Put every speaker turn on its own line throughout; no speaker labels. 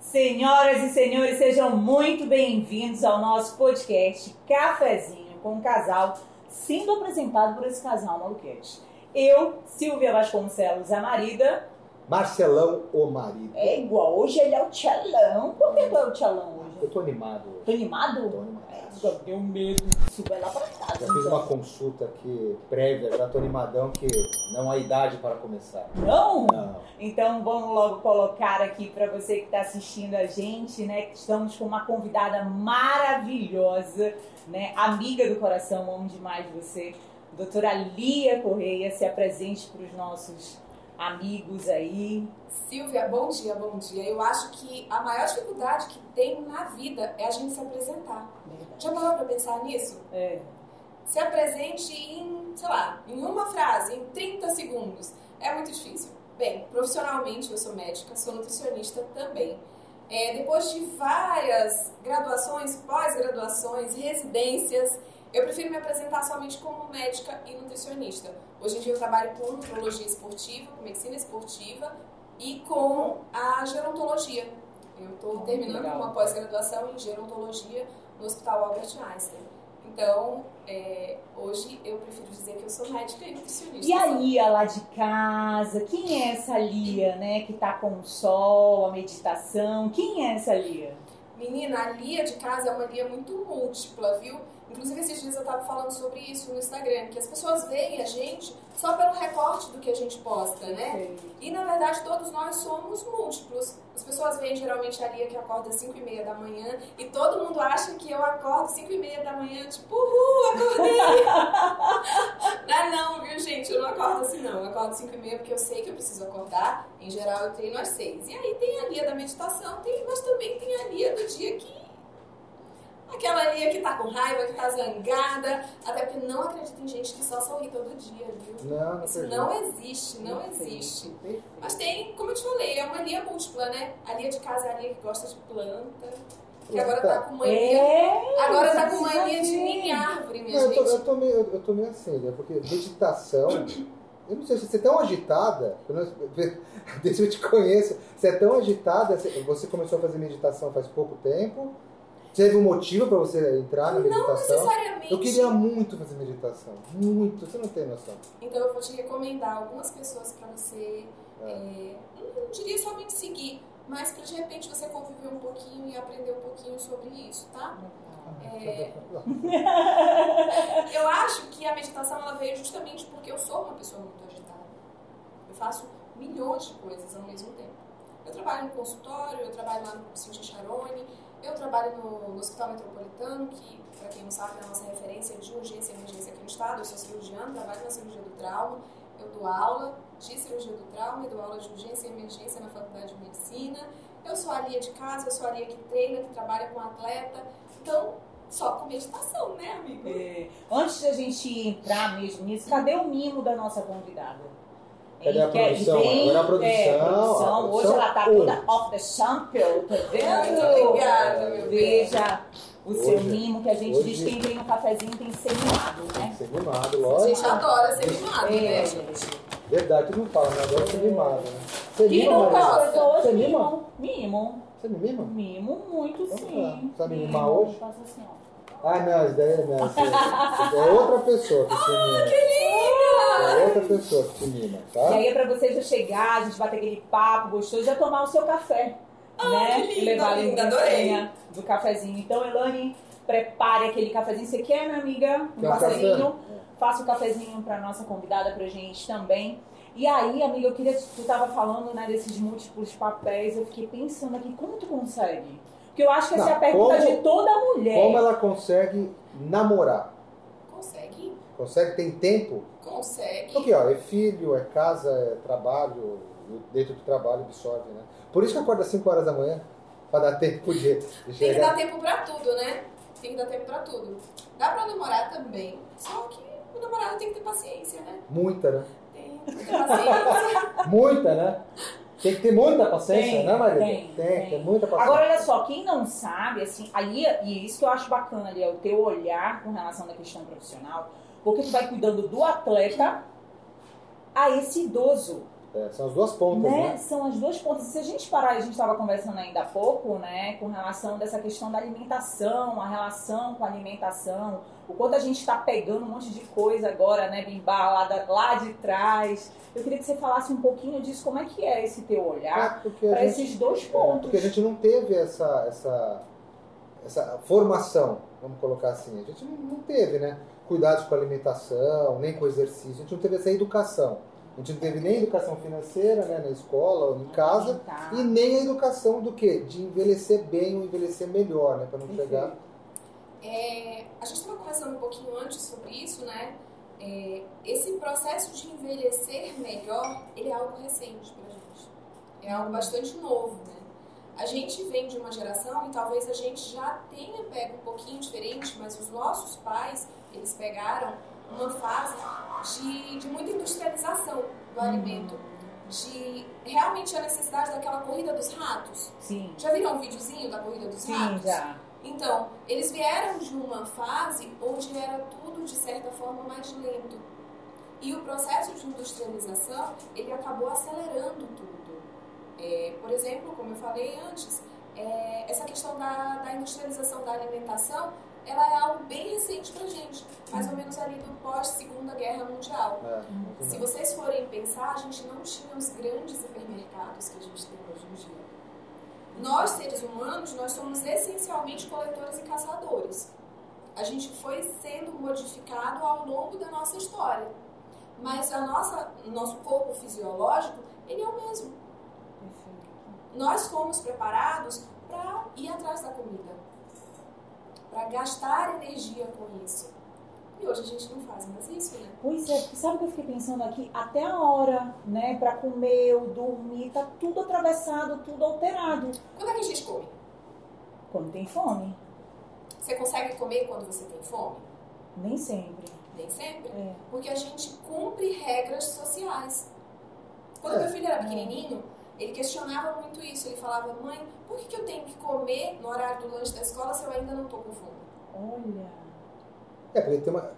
Senhoras e senhores, sejam muito bem-vindos ao nosso podcast Cafezinho com Casal, sendo apresentado por esse casal maluquete. Eu, Silvia Vasconcelos, a marida,
Marcelão, o marido.
é igual. Hoje ele é o tchalão. Por que tu é o tchalão
Eu
hoje?
tô animado
Tô
hoje. Tô
animado?
animado.
Já deu medo. Suba lá pra casa.
Já fiz uma consulta aqui prévia, já tô animadão que não há idade para começar.
Não?
Não.
Então vamos logo colocar aqui para você que está assistindo a gente, né? Que estamos com uma convidada maravilhosa, né? Amiga do coração, amo demais você. Doutora Lia Correia, se apresente para os nossos amigos aí.
Silvia, bom dia, bom dia. Eu acho que a maior dificuldade que tem na vida é a gente se apresentar. Já parou pra pensar nisso?
É.
Se apresente em, sei lá, em uma frase, em 30 segundos. É muito difícil. Bem, profissionalmente eu sou médica, sou nutricionista também. É, depois de várias graduações, pós-graduações, residências, eu prefiro me apresentar somente como médica e nutricionista. Hoje em dia eu trabalho com nutrologia esportiva, com medicina esportiva e com a gerontologia. Eu estou terminando
Legal.
uma pós-graduação em gerontologia no Hospital Albert Einstein. Então, é, hoje eu prefiro dizer que eu sou médica e nutricionista.
E a Lia lá de casa? Quem é essa Lia, né? Que tá com o sol, a meditação? Quem é essa Lia?
Menina, a Lia de casa é uma Lia muito múltipla, viu? Inclusive, esses dias eu tava falando sobre isso no Instagram, que as pessoas veem a gente só pelo recorte do que a gente posta, né? E na verdade, todos nós somos múltiplos. As pessoas veem geralmente a Lia que acorda às 5 e meia da manhã e todo mundo acha que eu acordo às 5 e meia da manhã, tipo, uhul, acordei! não, é não, viu, gente? Eu não acordo assim, não. Eu acordo às 5 e meia porque eu sei que eu preciso acordar. Em geral, eu treino às 6. E aí tem a Lia da meditação, tem, mas também tem a Lia do dia que. Aquela Lia que tá com raiva, que tá zangada. Até porque não acredito em gente que só sorri todo dia, viu?
Não, não
Isso
perdi.
não existe, não existe. Mas tem, como eu te falei, é uma linha múltipla, né? A linha de casa é a linha que gosta de planta, que agora tá com mania.
É,
Agora tá
você
com
precisa
mania de
ver.
mini árvore, minha
Não, eu, tô,
é gente.
eu, tô meio, eu tô meio assim, né? Porque meditação. Eu não sei, você é tão agitada, pelo menos desde que eu te conheço, você é tão agitada, você- você começou a fazer meditação faz pouco tempo. Teve um motivo pra você entrar na
Não
meditação?
necessariamente.
Eu queria muito fazer meditação. Muito. Você não tem noção.
Então eu vou te recomendar algumas pessoas pra você,
É.
é, não diria somente seguir, mas pra de repente você conviver um pouquinho e aprender um pouquinho sobre isso, tá? É.
É?
Eu acho que a meditação ela veio justamente porque eu sou uma pessoa muito agitada. Eu faço milhões de coisas ao mesmo tempo. Eu trabalho no consultório, eu trabalho lá no Cintia Charone, eu trabalho no, no Hospital Metropolitano, que, para quem não sabe, é a nossa referência de urgência e emergência aqui no estado. Eu sou cirurgiã, trabalho na cirurgia do trauma, eu dou aula de cirurgia do trauma e dou aula de urgência e emergência na Faculdade de Medicina. Eu sou a Lia de casa, eu sou a Lia que treina, que trabalha com atleta. Então, só com meditação, né, amigo?
É, antes da gente entrar mesmo nisso, cadê o mimo da nossa convidada?
Cadê a
Quer-
produção? Agora a produção,
é, produção.
a
Hoje
produção
ela tá
um.
toda off the champion, tá vendo?
Muito obrigada, meu bem.
Veja o
Hoje-
seu mimo, que a gente diz
hoje-
que quem tem um cafezinho tem que ser mimado, né?
Ser mimado,
A
lógico.
gente adora ser mimado,
É,
né?
gente.
Verdade, tu não fala, né? Agora ser mimado, né? Você
É. Quem
mima,
não
Maria?
as
Marisa?
pessoas
Você
mimam. Mimam.
Você é me mima?
Mimam muito,
Então
sim.
tá. Sabe mimar
Mimam,
hoje?
Faço assim, ó.
Ah, não, isso daí não. Isso isso daí é outra pessoa que te mima. É outra pessoa que te mima,
E
tá?
aí é pra você já chegar, a gente bater aquele papo gostoso, já tomar o seu café. né?
Ah, que lindo,
E levar a
linda,
lembrancinha do cafezinho. Então, Elane, prepare aquele cafezinho. Você quer, minha amiga? Um
Quer um
cafezinho?
café?
Faça o cafezinho pra nossa convidada, pra gente também. E aí, amiga, eu queria. Tu tava falando né, desses múltiplos papéis, eu fiquei pensando aqui, como tu consegue? Porque eu acho que essa
Não,
é a pergunta
como-
de toda mulher.
Como ela consegue namorar?
Consegue?
Consegue, tem tempo?
Consegue.
Porque, ó, é filho, é casa, é trabalho, e dentro do trabalho absorve, né? Por isso que acorda às 5 horas da manhã, pra dar tempo de, de
Tem que dar
chegar.
tempo pra tudo, né? Tem que dar tempo pra tudo. Dá pra namorar também, só que o namorado tem que ter paciência, né?
Muita, né?
Tem que ter paciência.
Muita, né? Tem que ter muita paciência,
Tem,
né, Maria?
tem, tem.
tem, tem muita paciência.
Agora, olha só, quem não sabe, assim, ali, e isso que eu acho bacana ali, é o teu olhar com relação da questão profissional, porque tu vai cuidando do atleta a esse idoso.
É, são as duas pontas,
né?
né?
São as duas pontas. Se a gente parar, a gente estava conversando ainda há pouco, né, com relação dessa questão da alimentação, a relação com a alimentação, o quanto a gente está pegando um monte de coisa agora, né, Bimbar, lá, da- lá de trás. Eu queria que você falasse um pouquinho disso, como é que é esse teu olhar
É, porque,
para
a gente,
esses dois
é,
pontos.
porque a gente não teve essa, essa, essa formação, vamos colocar assim. A gente não, não teve, né? Cuidados com a alimentação, nem com o exercício. A gente não teve essa educação. A gente não teve nem educação financeira, né? Na escola ou em casa.
Tá.
E nem a educação do quê? De envelhecer bem ou envelhecer melhor, né? Pra não
Perfeito.
chegar.
É, a gente estava conversando um pouquinho antes sobre isso, né? É, esse processo de envelhecer melhor, ele é algo recente pra gente. É algo bastante novo, né? A gente vem de uma geração e talvez a gente já tenha pego um pouquinho diferente, mas os nossos pais, eles pegaram uma fase de, de muita industrialização do alimento. De realmente a necessidade daquela corrida dos ratos.
Sim,
Já viram um videozinho da corrida dos
sim,
ratos?
já.
Então, eles vieram de uma fase onde era tudo, de certa forma, mais lento. E o processo de industrialização, ele acabou acelerando tudo. É, por exemplo, como eu falei antes, é, essa questão da, da industrialização da alimentação, ela é algo bem recente pra gente, mais ou menos ali do pós-segunda guerra mundial.
É,
Se
muito
vocês forem pensar, a gente não tinha os grandes supermercados que a gente tem hoje em dia. Nós, seres humanos, nós somos essencialmente coletores e caçadores. A gente foi sendo modificado ao longo da nossa história. Mas a nossa, o nosso corpo fisiológico, ele é o mesmo. Nós fomos preparados para ir atrás da comida, para gastar energia com isso. E hoje a gente não faz mais isso, né?
Pois é, sabe o que eu fiquei pensando aqui? Até a hora, né, para comer ou dormir, tá tudo atravessado, tudo alterado.
Quando é que a gente come?
Quando tem fome,
Você consegue comer quando você tem fome?
nem sempre.
Nem sempre.
É.
Porque a gente cumpre regras sociais. Quando
É.
meu filho era pequenininho, ele questionava muito isso. Ele falava, mãe, por que, que eu tenho que comer no horário do lanche da escola se eu ainda não tô com fome?
Olha.
É, porque tem uma.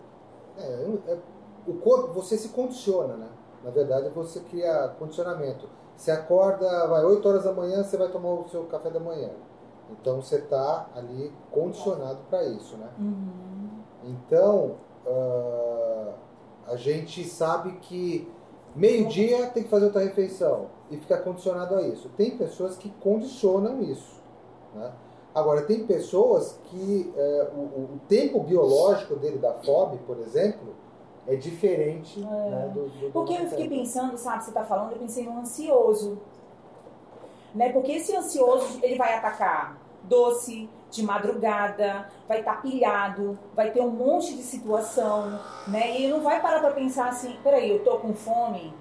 é, eu- é- o corpo, você se condiciona, né? Na verdade, você cria condicionamento. Você acorda, vai 8 horas da manhã, você vai tomar o seu café da manhã. Então você tá ali condicionado para isso, né?
Uhum.
Então, ah, a gente sabe que meio-dia tem que fazer outra refeição e fica condicionado a isso. Tem pessoas que condicionam isso. né? Agora, tem pessoas que eh, o, o- o tempo biológico dele da fome, por exemplo, é diferente né, do, do- do
Porque eu
nosso
fiquei
tempo.
pensando, sabe, você tá falando, eu pensei no ansioso. Né? Porque esse ansioso, ele vai atacar doce, de madrugada, vai estar pilhado, vai ter um monte de situação, né? E ele não vai parar pra pensar assim, peraí, eu tô com fome?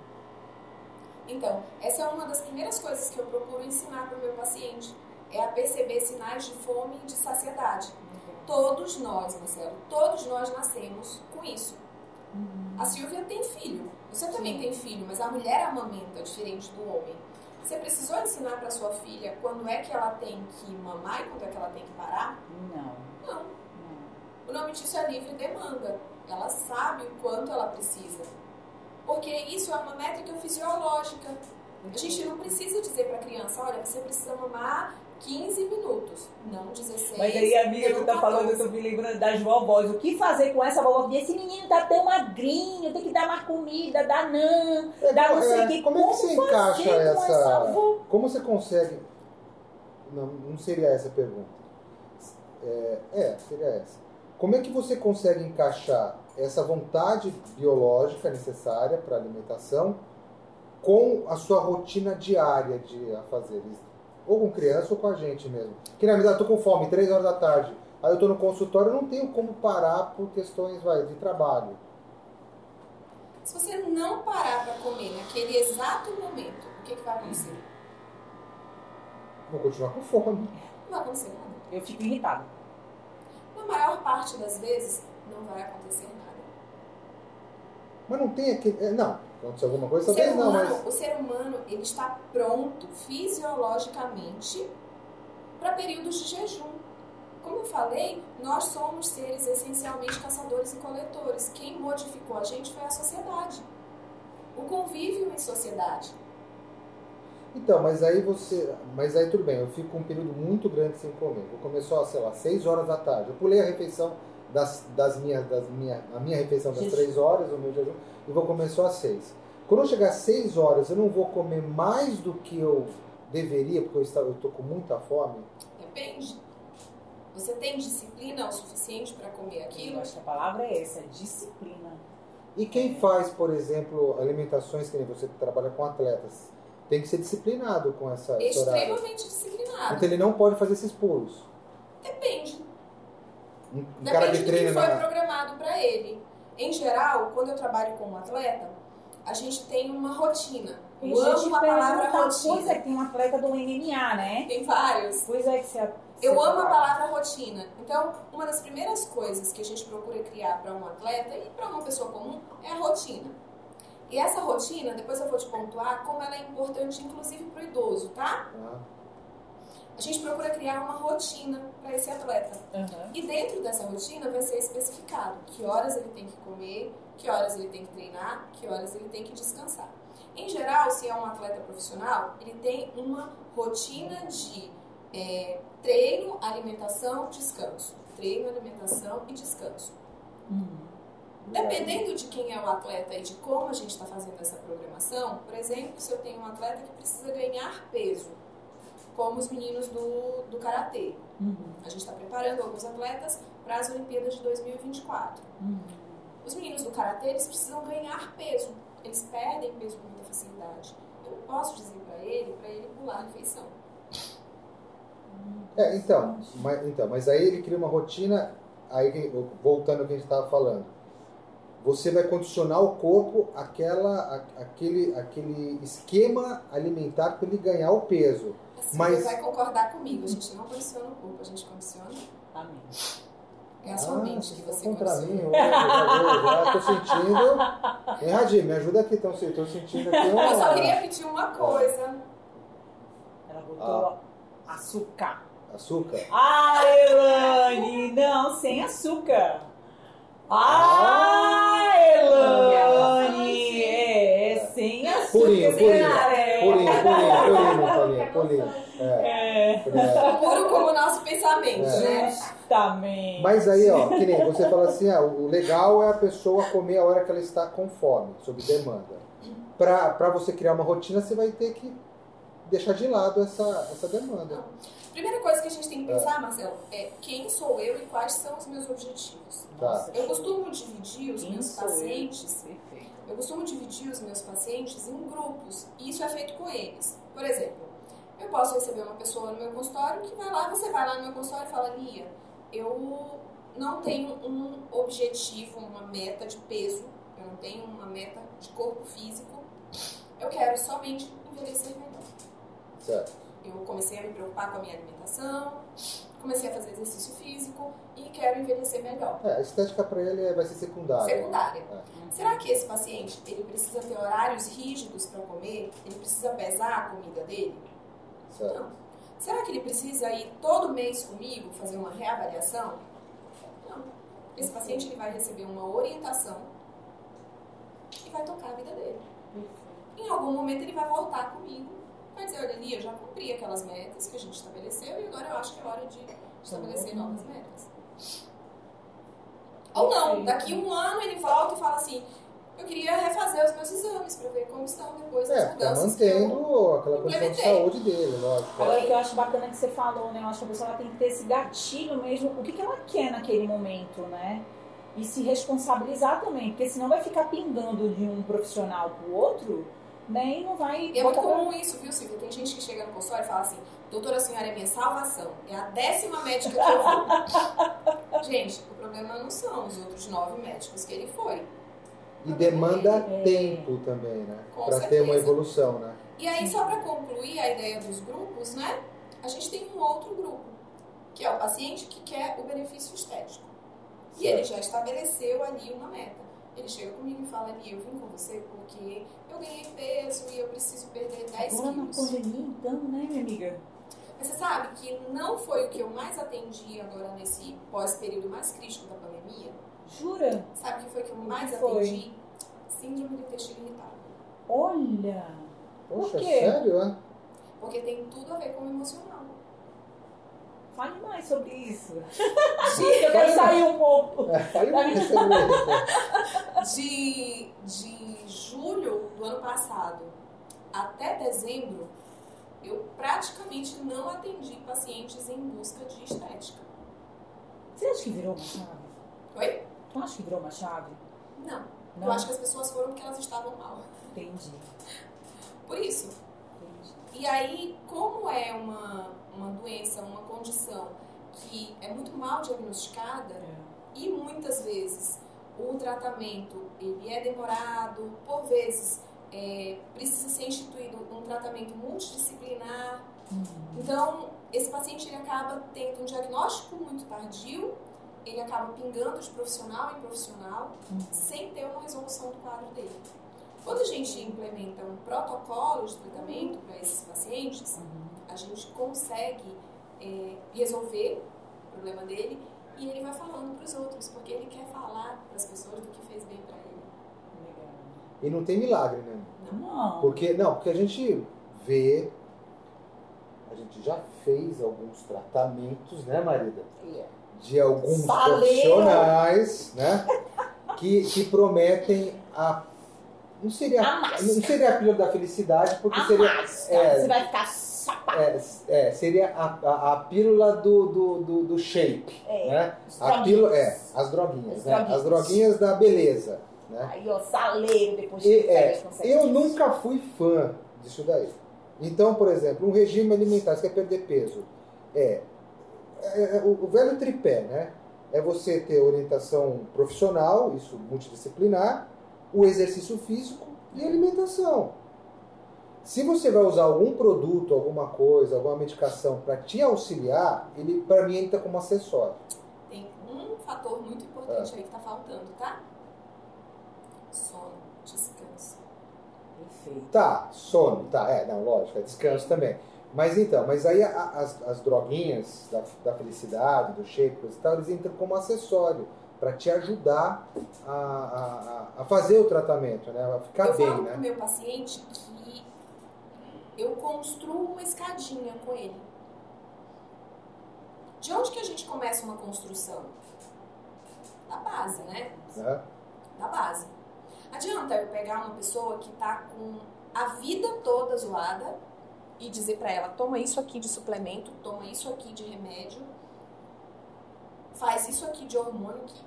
Então, essa é uma das primeiras coisas que eu procuro ensinar para o meu paciente. É a perceber sinais de fome e de saciedade. Todos nós, Marcelo, todos nós nascemos com isso. A Silvia tem filho. Você também
Sim.
tem filho, mas a mulher amamenta diferente do homem. Você precisou ensinar para sua filha quando é que ela tem que mamar e quando é que ela tem que parar?
Não.
Não.
não.
O nome disso é livre demanda. Ela sabe o quanto ela precisa. Porque isso é uma métrica fisiológica. A gente não precisa dizer para a criança, olha, você precisa mamar 15 minutos, não 16.
Mas aí, amiga, tu tá
não
falando, eu
14.
tô me lembrando das vovós. O que fazer com essa vovó? Porque Esse menino tá tão magrinho, tem que dar mais comida, dar não,
É,
dar não
é,
sei o que.
Como é que você encaixa
fazer com
essa
vovó?
Como você consegue. Não, não seria essa a pergunta. É, é, seria essa. Como é que você consegue encaixar essa vontade biológica necessária para a alimentação com a sua rotina diária de afazeres? Ou com criança ou com a gente mesmo. Que na verdade eu tô com fome, três horas da tarde. Aí eu tô no consultório, eu não tenho como parar por questões vai, de trabalho.
Se você não parar para comer naquele exato momento, o que, que vai acontecer?
Vou continuar com fome.
Não vai acontecer nada.
Eu fico irritada.
Na maior parte das vezes, não vai acontecer nada.
Mas não tem aquele. é, Não, aconteceu alguma
O
coisa,
ser,
talvez
humano,
não, mas.
o ser humano, ele está pronto fisiologicamente para períodos de jejum. Como eu falei, nós somos seres essencialmente caçadores e coletores. Quem modificou a gente foi a sociedade. o convívio em sociedade.
Então, mas aí você. Mas aí tudo bem, eu fico um período muito grande sem comer. Vou comer só, sei lá, 6 horas da tarde. Eu pulei a refeição das, das minhas. Das minha, a minha refeição das
Jejum.
3 horas, o meu jejum, e vou comer só às 6. Quando eu chegar às 6 horas, eu não vou comer mais do que eu deveria, porque eu estou eu tô com muita fome.
Depende. Você tem disciplina o suficiente para comer
Eu
aquilo?
acho que a palavra é essa, disciplina.
E quem faz, por exemplo, alimentações que nem você que trabalha com atletas, tem que ser disciplinado com essa esse horário.
Extremamente disciplinado.
Então ele não pode fazer esses pulos.
Então,
Depende.
Um, um cara
Depende
que
do que
treina
foi
né?
na...
programado para ele. Em geral, quando eu trabalho com um atleta, a gente tem uma rotina.
E
Eu amo a palavra
perguntar, Pois
rotina.
é, que tem um atleta do MMA, né?
Tem vários.
Pois é que você.
Eu
você
amo a
fala.
palavra rotina. Então, uma das primeiras coisas que a gente procura criar para um atleta e para uma pessoa comum é a rotina. E essa rotina, depois eu vou te pontuar como ela é importante, inclusive para o idoso, tá?
Ah,
A gente procura criar uma rotina para esse atleta.
Aham.
E dentro dessa rotina vai ser especificado que horas ele tem que comer, que horas ele tem que treinar, que horas ele tem que descansar. Em geral, se é um atleta profissional, ele tem uma rotina de eh, treino, alimentação, descanso. Treino, alimentação e descanso.
Uhum.
Dependendo de quem é o atleta e de como a gente está fazendo essa programação, por exemplo, se eu tenho um atleta que precisa ganhar peso, como os meninos do, do karatê,
Uhum.
a gente está preparando alguns atletas para as Olimpíadas de 2024.
Uhum.
Os meninos do karatê eles precisam ganhar peso. Eles perdem peso com muita facilidade. Eu não posso dizer para ele para ele pular a refeição.
É, então mas, então, mas aí ele cria uma rotina, aí que- voltando ao que a gente estava falando. Você vai condicionar o corpo àquela, à- àquele, àquele esquema alimentar para ele ganhar o peso.
Assim,
Mas-
Você vai concordar comigo. A gente não condiciona o corpo, a gente condiciona.
Amém.
É a sua mente que
vocês
você
estão Ah, contra
condiciona.
mim hoje, já estou sentindo. Hein, Radir, me ajuda aqui, então, estou sentindo aqui um uma...
Eu só queria pedir uma coisa.
Ela botou
Ah.
açúcar.
Açúcar?
Ai, Ah, Elane! Não, sem açúcar. Ai, Elane! É, é sem açúcar.
Purinho,
sem
purinho,
areia.
Pulinho, pulinho, pulinho, pulinho, pulinho. É,
É,
pulinho.
Um Puro como o nosso pensamento,
É.
né?
justamente.
Mas aí, ó, que nem você fala assim, ah, o legal é a pessoa comer a hora que ela está com fome, sob demanda. Pra, pra você criar uma rotina, você vai ter que deixar de lado essa, essa demanda.
Primeira coisa que a gente tem que pensar, Marcelo, é quem sou eu e quais são os meus objetivos.
tá.
Nossa,
Eu costumo dividir os
Quem
meus
sou eu?
pacientes
Perfeito.
Eu costumo dividir os meus pacientes em grupos e isso é feito com eles. Por exemplo, eu posso receber uma pessoa no meu consultório que vai lá, você vai lá no meu consultório e fala, Lia, eu não tenho um objetivo, uma meta de peso, eu não tenho uma meta de corpo físico, eu quero somente envelhecer melhor.
Certo.
Eu comecei a me preocupar com a minha alimentação, comecei a fazer exercício físico e quero envelhecer melhor.
É, a estética pra ele é- vai ser secundária.
Secundária.
Uhum.
Será que esse paciente ele precisa ter horários rígidos para comer? Ele precisa pesar a comida dele?
Certo.
Não. Será que ele precisa ir todo mês comigo fazer uma reavaliação? Não. Esse paciente ele vai receber uma orientação e vai tocar a vida dele. Em algum momento ele vai voltar comigo, vai dizer, olha ali, eu já cumpri aquelas metas que a gente estabeleceu e agora eu acho que é hora de estabelecer
Uhum.
novas metas. Ou não, daqui um ano ele volta e fala assim, eu queria refazer os meus exames para ver como estão depois das
É, tá
mudanças. que eu-
mantendo aquela condição de
implementei.
saúde dele, lógico.
Agora, o que eu acho bacana que você falou, né? Eu acho que a pessoa ela tem que ter esse gatilho mesmo, o que, que ela quer naquele momento, né? E se responsabilizar também, porque senão vai ficar pingando de um profissional pro outro, né? E não vai.
E é muito
botar pra-
comum isso, viu, Silvia? Tem gente que chega no consultório e fala assim, doutora, a senhora é minha salvação. É a décima médica que eu vou. gente, o problema não são os outros nove médicos que ele foi.
E demanda
É.
tempo também, né?
Com
pra ter uma
certeza.
evolução, né?
E aí, só para concluir a ideia dos grupos, né? A gente tem um outro grupo, que é o paciente que quer o benefício estético. E ele já estabeleceu ali uma meta. Ele chega comigo e fala ali, eu vim com você porque eu ganhei peso e eu preciso perder 10
Agora na
quilos.
pandemia, então, né, minha amiga?
Mas você sabe que não foi o que eu mais atendi agora nesse pós-período mais crítico da pandemia?
Jura?
Sabe o que foi que eu mais
que foi?
atendi? Síndrome do intestino irritável.
Olha!
Poxa,
Por quê?
sério, é?
Porque tem tudo a ver com o emocional.
Fale mais sobre isso. Eu quero sair um pouco.
É, fale mais sobre isso.
De, de julho do ano passado até dezembro, eu praticamente não atendi pacientes em busca de estética.
Você acha que virou uma chave?
Oi?
Tu acha que virou uma chave?
Não.
Não,
Eu acho que as pessoas foram porque elas estavam mal.
entendi.
Por isso,
entendi.
E aí, como é uma, uma doença, uma condição que é muito mal diagnosticada
É.
e muitas vezes o tratamento ele é demorado, por vezes é, precisa ser instituído um tratamento multidisciplinar.
Uhum.
Então, esse paciente ele acaba tendo um diagnóstico muito tardio, ele acaba pingando de profissional em profissional
Uhum.
sem ter uma resolução do quadro dele. Quando a gente implementa um protocolo de tratamento para esses pacientes, a gente consegue é, resolver o problema dele e ele vai falando para os outros, porque ele quer falar para as pessoas do que fez bem para ele.
Legal.
E não tem milagre, né?
Não.
Porque, não, porque a gente vê, a gente já fez alguns tratamentos, né, Marida? De alguns
Valeu!
profissionais, né? Que, que prometem a. Não seria,
A
não
máscara.
seria a pílula da felicidade, porque seria.
Amasta.
é.
Ah, Você vai ficar chapa.
É, é, seria a, a, a pílula do, do, do, do shape, né? A pílula, é, as droguinhas,
As
né? As droguinhas da beleza, né?
Aí, ó, saleiro depois
E,
que
é,
pega as
Eu
consequências.
nunca fui fã disso daí. Então, por exemplo, um regime alimentar, você quer perder peso, é, é, é o, o velho tripé, né? É você ter orientação profissional, isso multidisciplinar, o exercício físico e a alimentação. Se você vai usar algum produto, alguma coisa, alguma medicação para te auxiliar, ele para mim entra como acessório.
Tem um fator muito
É.
importante aí que tá faltando, tá? Sono, descanso.
Perfeito.
Tá, sono, tá, é, não, lógico, é descanso também. Mas então, mas aí a- a- as, as droguinhas da, da felicidade, do shape, coisa e tal, eles entram como acessório pra te ajudar a, a, a- a fazer o tratamento, né? A ficar
eu
bem,
falo pro
né?
meu paciente que eu construo uma escadinha com ele. De onde que a gente começa uma construção? Da base, né?
Né?
da base. Adianta eu pegar uma pessoa que tá com a vida toda zoada e dizer pra ela: toma isso aqui de suplemento, toma isso aqui de remédio, faz isso aqui de hormônio que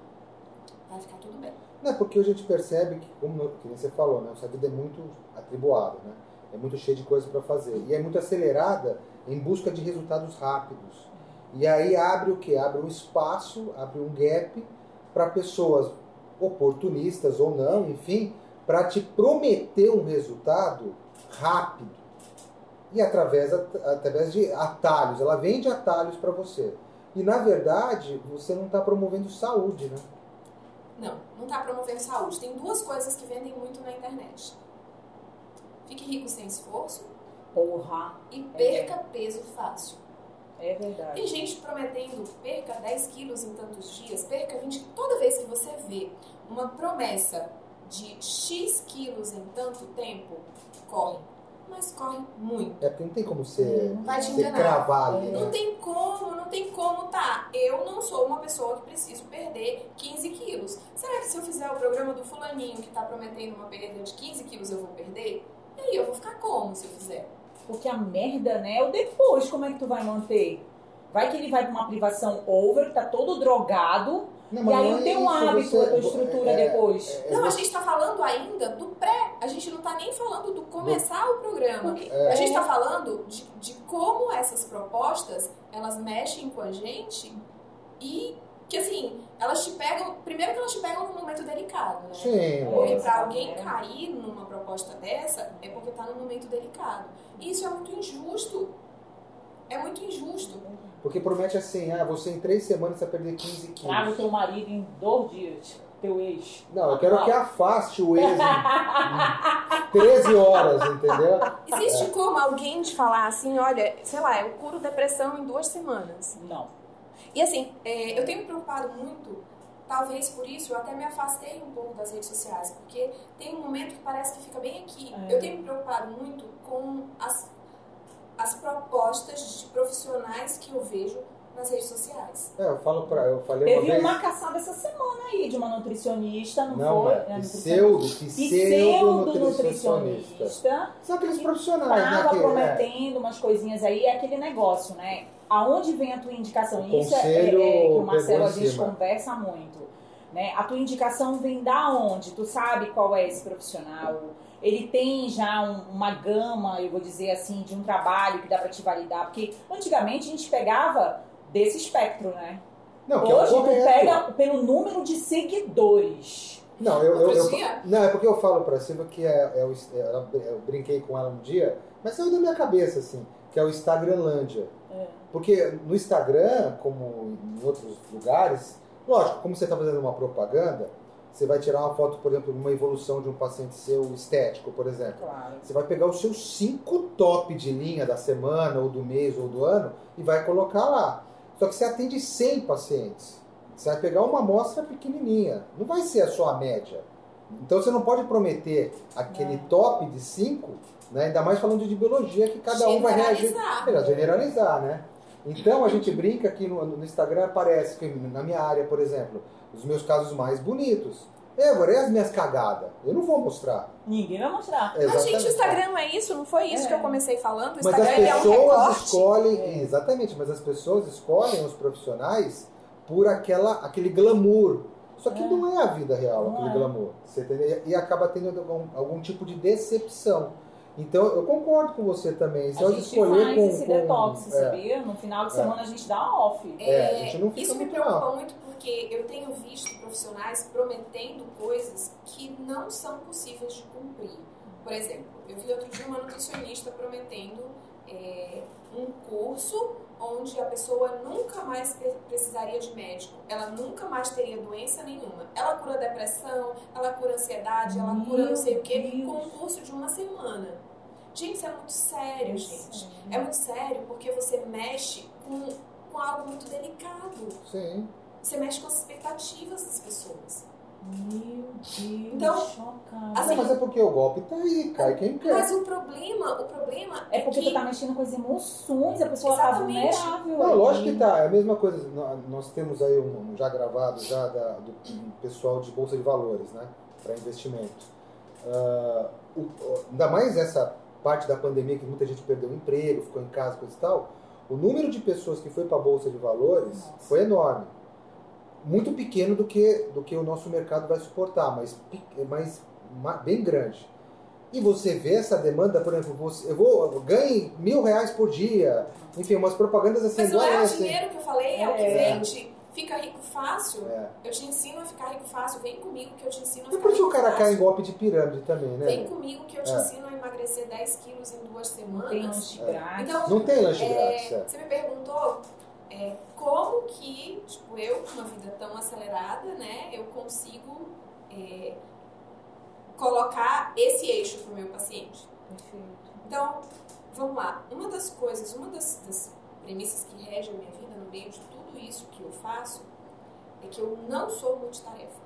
vai ficar tudo bem.
Não, é porque hoje a gente percebe que, como que nem você falou, né? Nossa vida é muito atribuada, né? É muito cheia de coisas pra fazer. E é muito acelerada em busca de resultados rápidos. E aí abre o que? Abre um espaço, abre um gap para pessoas oportunistas ou não, enfim, para te prometer um resultado rápido. E através, at- através de atalhos, ela vende atalhos para você. E na verdade, você não está promovendo saúde, né?
Não, não tá promovendo saúde. Tem duas coisas que vendem muito na internet: fique rico sem esforço
Porra.
e perca peso fácil.
É verdade.
Tem gente prometendo perca 10 quilos em tantos dias, perca 20. Toda vez que você vê uma promessa de X quilos em tanto tempo, corre. Mas corre muito.
É porque não tem como ser,
Não
vai te
ser
enganar.
cravar ali,
Não
né?
tem como, não tem como, tá? Eu não sou uma pessoa que preciso perder 15 quilos. Será que se eu fizer o programa do fulaninho que tá prometendo uma perda de 15 quilos eu vou perder? E aí eu vou ficar como se eu fizer?
Porque a merda, né, é o depois. Como é que tu vai manter? Vai que ele vai pra uma privação over, tá todo drogado.
Não,
e
mas
aí eu
não é
tenho um
isso,
hábito,
você-
a tua estrutura
é-
depois.
é-
Não, a gente tá falando ainda do pré. A gente não tá nem falando do começar o programa. A gente tá falando de, de como essas propostas, elas mexem com a gente e que assim, elas te pegam. Primeiro que elas te pegam num momento delicado, né?
Sim,
Porque
Porque
lógico.
pra alguém cair numa proposta dessa é porque tá num momento delicado. E isso é muito injusto. É muito injusto.
Porque promete assim, ah, você em três semanas vai perder 15 quilos.
Traga o teu marido em dois dias, teu ex.
Não, eu quero que afaste o ex em 13 horas, entendeu?
Existe como alguém te Tá. É. falar assim, olha, sei lá, eu curo depressão em duas semanas.
Não.
E assim, é, eu tenho me preocupado muito, talvez por isso eu até me afastei um pouco das redes sociais, porque tem um momento que parece que fica bem aqui.
É.
Eu tenho me preocupado muito com as, as propostas de profissionais que eu vejo nas redes sociais.
É, eu falo pra. Eu falei uma
Teve
vez.
uma caçada essa semana aí de uma nutricionista, não,
Não,
foi?
é
É,
pseudo, pseudo nutricionista.
Pseudo-nutricionista.
São aqueles profissionais, né?
Estava
Que, é,
prometendo umas coisinhas aí, é aquele negócio, né? Aonde vem a tua indicação?
O
Isso é, é- é
conselho
que o
pegou
Marcelo
em
às vezes
cima.
conversa muito. Né? A tua indicação vem da onde? Tu sabe qual é esse profissional? Ele tem já um- uma gama, eu vou dizer assim, de um trabalho que dá pra te validar. Porque antigamente a gente pegava desse espectro, né?
não, que é o
Hoje tu
correto.
pega pelo número de seguidores.
Não, eu, eu,
Outro
eu-
dia?
não, é porque eu falo pra Silva que é, é o, é- ela- eu brinquei com ela um dia, mas saiu da minha cabeça, assim, que é o Instagramlândia.
É.
Porque no Instagram, como em outros lugares, lógico, como você está fazendo uma propaganda, você vai tirar uma foto, por exemplo, de uma evolução de um paciente seu estético, por exemplo.
Claro.
Você vai pegar os seus cinco top de linha da semana, ou do mês, ou do ano, e vai colocar lá. Só que você atende 100 pacientes. Você vai pegar uma amostra pequenininha. Não vai ser a sua média. Então você não pode prometer
É.
aquele
Não.
top de 5, né? ainda mais falando de biologia, que cada um vai reagir.
Generalizar.
Melhor generalizar, né? Então a gente brinca que no, no Instagram aparece, que na minha área, por exemplo, os meus casos mais bonitos. Eu, agora, e as minhas cagadas? Eu não vou mostrar.
Ninguém vai mostrar.
Mas, gente,
Exatamente.
o Instagram não é isso? Não foi isso
É.
que eu comecei falando? O
Mas as
Instagram ele é um
pessoas
recorte?
escolhem, é, exatamente, mas as pessoas escolhem os profissionais por aquela, aquele glamour. Só que
É.
não é a vida real,
Não
aquele
é.
glamour. Você entendeu? E acaba tendo algum, algum tipo de decepção. Então, eu concordo com você também. Se
a
eu
gente
escolher
faz
com,
esse
com-
detox,
é,
sabia? No final de semana a gente dá off.
É, a gente não fica
isso me
muito
preocupa
mal.
muito porque eu tenho visto profissionais prometendo coisas que não são possíveis de cumprir. Por exemplo, eu vi outro dia uma nutricionista prometendo é, um curso onde a pessoa nunca mais pre- precisaria de médico, ela nunca mais teria doença nenhuma. Ela cura depressão, ela cura ansiedade, ela
Meu
cura não sei o que,
Deus.
com um curso de uma semana. Gente, isso é muito sério, gente. É muito sério porque você mexe com, com algo muito delicado.
Sim.
Você mexe com as expectativas das pessoas.
Meu Deus,
Então,
chocada.
assim,
mas é porque o golpe tá aí, cai quem quer.
Mas o problema, o problema
é porque
que
tu tá mexendo com as emoções, a pessoa tá
Exatamente.
vulnerável.
Não,
ali.
lógico que tá. É a mesma coisa. nó- Nós temos aí um um já gravado já da- do pessoal de Bolsa de Valores, né? Para investimento. Ah, o- o- ainda mais essa parte da pandemia que muita gente perdeu o emprego, ficou em casa, coisa e tal. O número de pessoas que foi para a Bolsa de Valores
Nossa.
foi enorme. Muito pequeno do que, do que o nosso mercado vai suportar, mas, pe- mas ma- bem grande. E você vê essa demanda, por exemplo, você, eu vou eu ganhe mil reais por dia, enfim, umas propagandas assim,
Mas não é o
essa, hein?
dinheiro que eu falei, é o que
É.
vende. Fica rico fácil.
É.
Eu te ensino a ficar rico fácil. Vem comigo que eu te ensino a
E
ficar
por que
rico
o cara cai em
fácil.
golpe de pirâmide também,
Vem
né?
comigo que eu te
É.
ensino a emagrecer 10 quilos em duas
Não tem
semanas.
lanche grátis.
É. Então,
Não tem lanche
É,
grátis. é.
você me perguntou é, como que, tipo, eu, com uma vida tão acelerada, né, eu consigo é, colocar esse eixo pro meu paciente.
Perfeito.
Então, vamos lá. Uma das coisas, uma das, das premissas que rege a minha vida no meio de tudo isso que eu faço é que eu não sou multitarefa.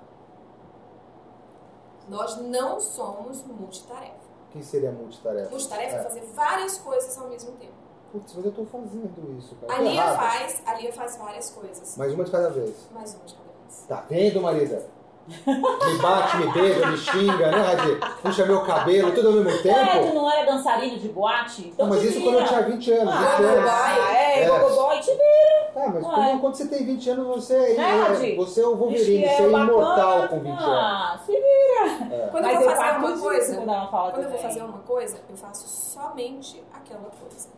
Nós não somos multitarefa.
O que seria multitarefa?
Multitarefa é
É.
fazer várias coisas ao mesmo tempo.
Putz, mas eu tô fazendo isso, cara.
A
Tô
Lia
errado.
faz, a Lia faz várias coisas.
Mais uma de cada vez.
Mais uma de cada vez.
Tá vendo, marida? Me bate, me beija, me xinga, né, Radir? Puxa meu cabelo, tudo ao
É,
mesmo
Ué, É, tu
tempo.
não era dançarino de boate? Então
Não, mas
te
isso
vira.
quando eu tinha 20 anos. 20 anos.
Ah, é,
É.
gogoboy, te vê.
Tá, mas
Ué.
quando, quando você tem 20 anos, você é,
Né,
é,
Radir?
você é o Wolverine,
Diz que
você é
é bacana.
imortal com um. 20 anos.
Ah, se vira.
Quando
mas
eu vou fazer
faço
uma
muito isso
coisa,
Quando ela fala
quando eu vou
também.
fazer uma coisa, eu faço somente aquela coisa. um-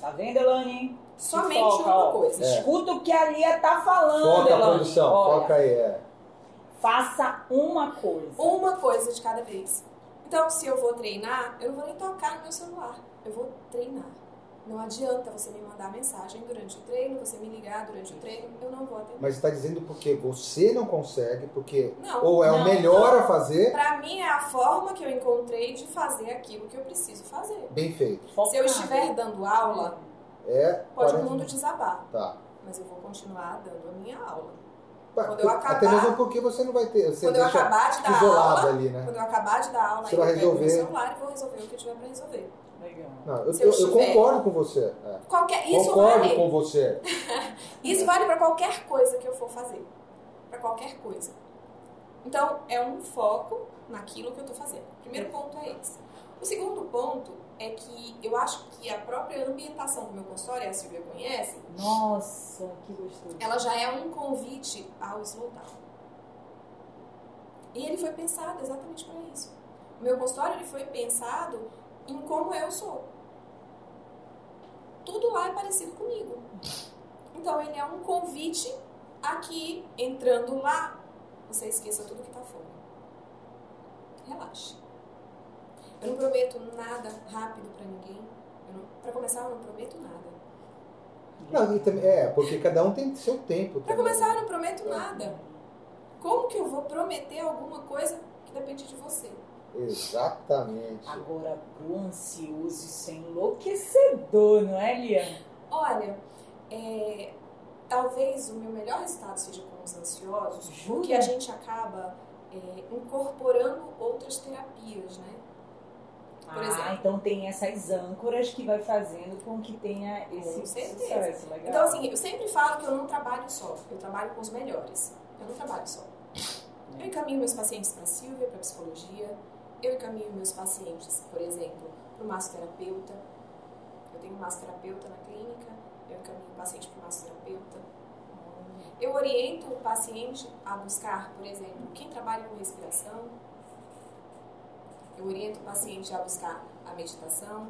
Tá vendo, Elane?
Somente
foca,
uma
ó.
coisa.
É.
Escuta o que a Lia tá falando,
Foca a
Elane.
produção,
Olha,
foca aí. É.
Faça uma coisa.
Uma coisa de cada vez. Então, se eu vou treinar, eu não vou nem tocar no meu celular. Eu vou treinar. Não adianta você me mandar mensagem durante o treino, você me ligar durante o treino, eu não vou atender.
Mas está dizendo porque você não consegue, porque
Não.
ou é o
Não.
melhor a fazer,
Pra mim é a forma que eu encontrei de fazer aquilo que eu preciso fazer.
bem feito.
Focado.
Se eu estiver dando aula,
É
pode
40
o mundo desabar,
Tá. Tá,
mas eu vou continuar dando a minha aula. Quando eu
Até
acabar-
mesmo porque você não vai ter. Você
Quando eu
deixa
acabar de dar
isolado
aula,
ali, né?
Quando eu acabar de dar aula,
Você
aí eu
vai
pego meu
resolver.
celular e vou resolver o que eu tiver pra resolver.
Legal.
Não, eu,
Se eu
eu- eu
estiver-
concordo com você. é.
Qualquer, isso
concordo
vale,
com você.
isso vale pra qualquer coisa que eu for fazer. Pra qualquer coisa. Então, é um foco naquilo que eu tô fazendo. O primeiro ponto é esse. O segundo ponto é que eu acho que a própria ambientação do meu consultório, e a Silvia conhece,
Nossa, que gostoso.
ela já é um convite ao slow down. E ele foi pensado exatamente para isso. O meu consultório ele foi pensado em como eu sou. Tudo lá é parecido comigo. Então ele é um convite a que, entrando lá, você esqueça tudo que tá fora. Relaxe. Eu não prometo nada rápido para ninguém. Para começar, eu não prometo nada.
Não, e também- é, porque cada um tem seu tempo. também.
Pra começar, eu não prometo nada. Como que eu vou prometer alguma coisa que depende de você?
Exatamente.
Agora, pro ansioso, isso é enlouquecedor, não é, Liana?
Olha, é, talvez o meu melhor estado seja com os ansiosos,
Jura?
porque a gente acaba é, incorporando outras terapias, né? Por
ah,
exemplo.
então tem essas âncoras que vai fazendo com que tenha esse
Com certeza.
sucesso. Legal.
Então, assim, eu sempre falo que eu não trabalho só, eu trabalho com os melhores. Eu não trabalho só. Eu encaminho meus pacientes para Silvia, para psicologia. Eu encaminho meus pacientes, por exemplo, para o massoterapeuta. Eu tenho um massoterapeuta na clínica. Eu encaminho o paciente para o massoterapeuta. Eu oriento o paciente a buscar, por exemplo, quem trabalha com respiração. Eu oriento o paciente a buscar a meditação.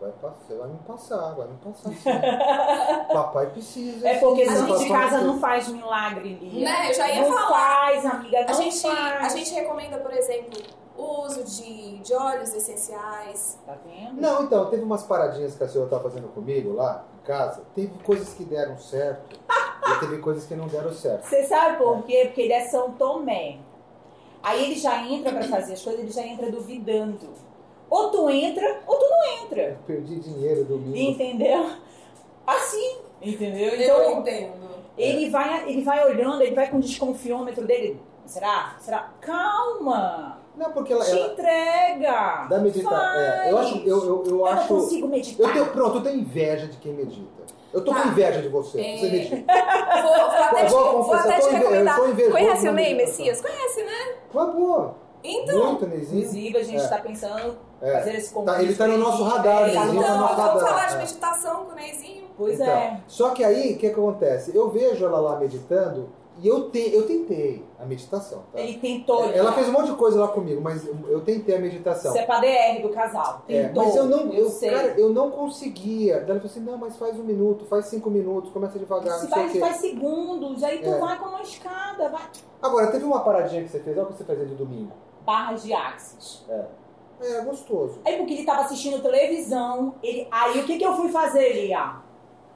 Vai passar, vai me passar, vai me passar sim. Papai precisa.
é porque
sim,
santo de
papai
casa
precisa.
não faz milagre, Lia.
Né? Eu já ia
não
falar.
faz, amiga, não
A gente,
faz.
a gente recomenda, por exemplo, o uso de, de óleos essenciais.
Tá vendo?
Não, então, teve umas paradinhas que a senhora tava fazendo comigo lá em casa. Teve coisas que deram certo e teve coisas que não deram certo.
Você sabe por quê? Porque ele é São Tomé. Aí ele já entra pra fazer as coisas, ele já entra duvidando. Ou tu entra, ou tu não entra.
Eu perdi dinheiro domingo.
Entendeu? Assim, entendeu?
Eu
Então,
entendo.
É.
ele vai, ele vai olhando, ele vai com o desconfiômetro dele. Será? Será? Calma!
Não, porque ela.
Te
ela
entrega!
da meditação.
Faz.
É, eu acho. Eu, eu, eu
Eu não
acho.
consigo meditar.
Eu tenho, pronto, eu tenho inveja de quem medita. Eu tô
Tá.
com inveja de você.
É.
Você medita.
Vou, vou até te,
Eu vou
vou
confessar, eu
até te
tô inve- eu
recomendar.
sou invejoso
Conhece o
na
Ney
meditação.
Messias? Conhece, né?
Mas, pô,
Então,
muito, Nezinho.
Inclusive, a gente
É.
está pensando
É.
fazer esse convite.
Tá, ele tá no
pra
nosso radar,
É,
né?
tá no nosso
Ele tá no
então
radar.
vamos
radar,
falar de
é.
meditação com o Neyzinho?
Pois
Então,
é.
Só que aí, o que, que acontece? Eu vejo ela lá meditando e eu, te, eu tentei a meditação. Tá?
Ele tentou.
Ela fez um monte de coisa lá comigo, mas eu tentei a meditação.
Isso é pra DR do casal.
Então. É,
Tentou.
mas eu não, eu,
sei.
cara, eu não conseguia. Daí ela falou assim, não, mas faz um minuto, faz cinco minutos, começa devagar,
Se
não sei o
faz,
quê.
faz segundos, aí tu
É.
vai com uma escada, vai.
Agora, teve uma paradinha que você fez, olha o que você fazia de domingo.
Barras de axis.
É, gostoso.
Aí porque ele tava assistindo televisão, ele... aí o que que eu fui fazer, Lia?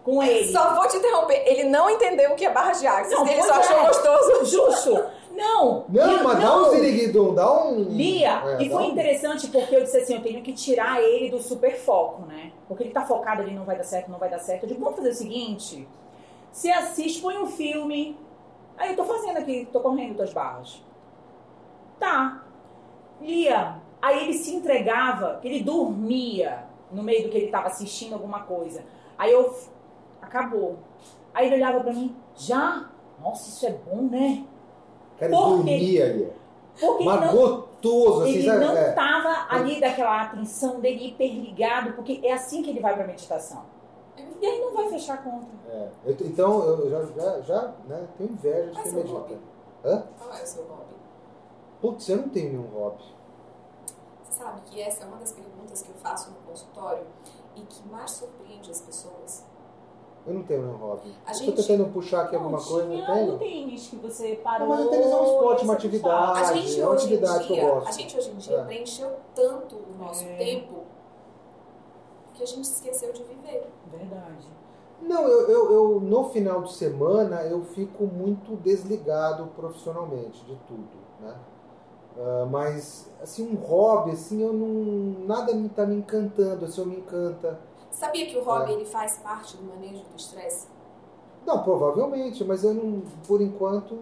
Com ele?
Só vou te interromper. Ele não entendeu o que é barra de axis.
Não,
ele
pois
só
é.
achou gostoso.
Justo! Não!
Não,
eu-
mas dá um ziriguidum, dá um...
Lia,
É,
e
dá
foi
um-
interessante porque eu disse assim, eu tenho que tirar ele do super foco, né? Porque ele tá focado, ele não vai dar certo, não vai dar certo. Eu digo, vamos fazer o seguinte, você assiste, põe um filme, aí eu tô fazendo aqui, tô correndo tuas barras. Tá. Lia, aí ele se entregava, que ele dormia no meio do que ele tava assistindo alguma coisa. Aí eu, acabou. Aí ele olhava pra mim, já? Nossa, isso é bom, né?
Cara,
Por
eu
quê?
dormia, Lia.
Porque ele
Mas
não
gostoso, assim,
ele
sabe?
não
É.
estava ali daquela atenção dele hiperligado, porque é assim que ele vai para meditação. E aí não vai fechar a conta.
É. Eu t- então, eu já, já, já né, tenho inveja de
Mas
quem
seu
medita.
hobby? Qual é o seu hobby?
Putz, eu não tenho nenhum hobby.
Você sabe que essa é uma das perguntas que eu faço no consultório e que mais surpreende as pessoas.
Eu não tenho nenhum hobby.
A
Estou
gente-
tentando puxar aqui alguma
não,
coisa,
tinha
não tenho?
um tênis que você parou.
Não, mas o tênis é um esporte, uma
você
atividade.
A
gostava.
Ah,
gente
é uma
hoje em
atividade que eu
dia,
gosto.
a gente hoje em dia
É.
preencheu tanto o nosso
É.
tempo que a gente esqueceu de viver.
Verdade.
Não, eu, eu, eu- no final de semana eu fico muito desligado profissionalmente de tudo, né? Ah, mas assim um hobby assim eu não nada me tá me encantando assim eu me encanta
Sabia que o hobby ele faz parte do manejo do estresse?
Não, provavelmente, mas eu não, por enquanto.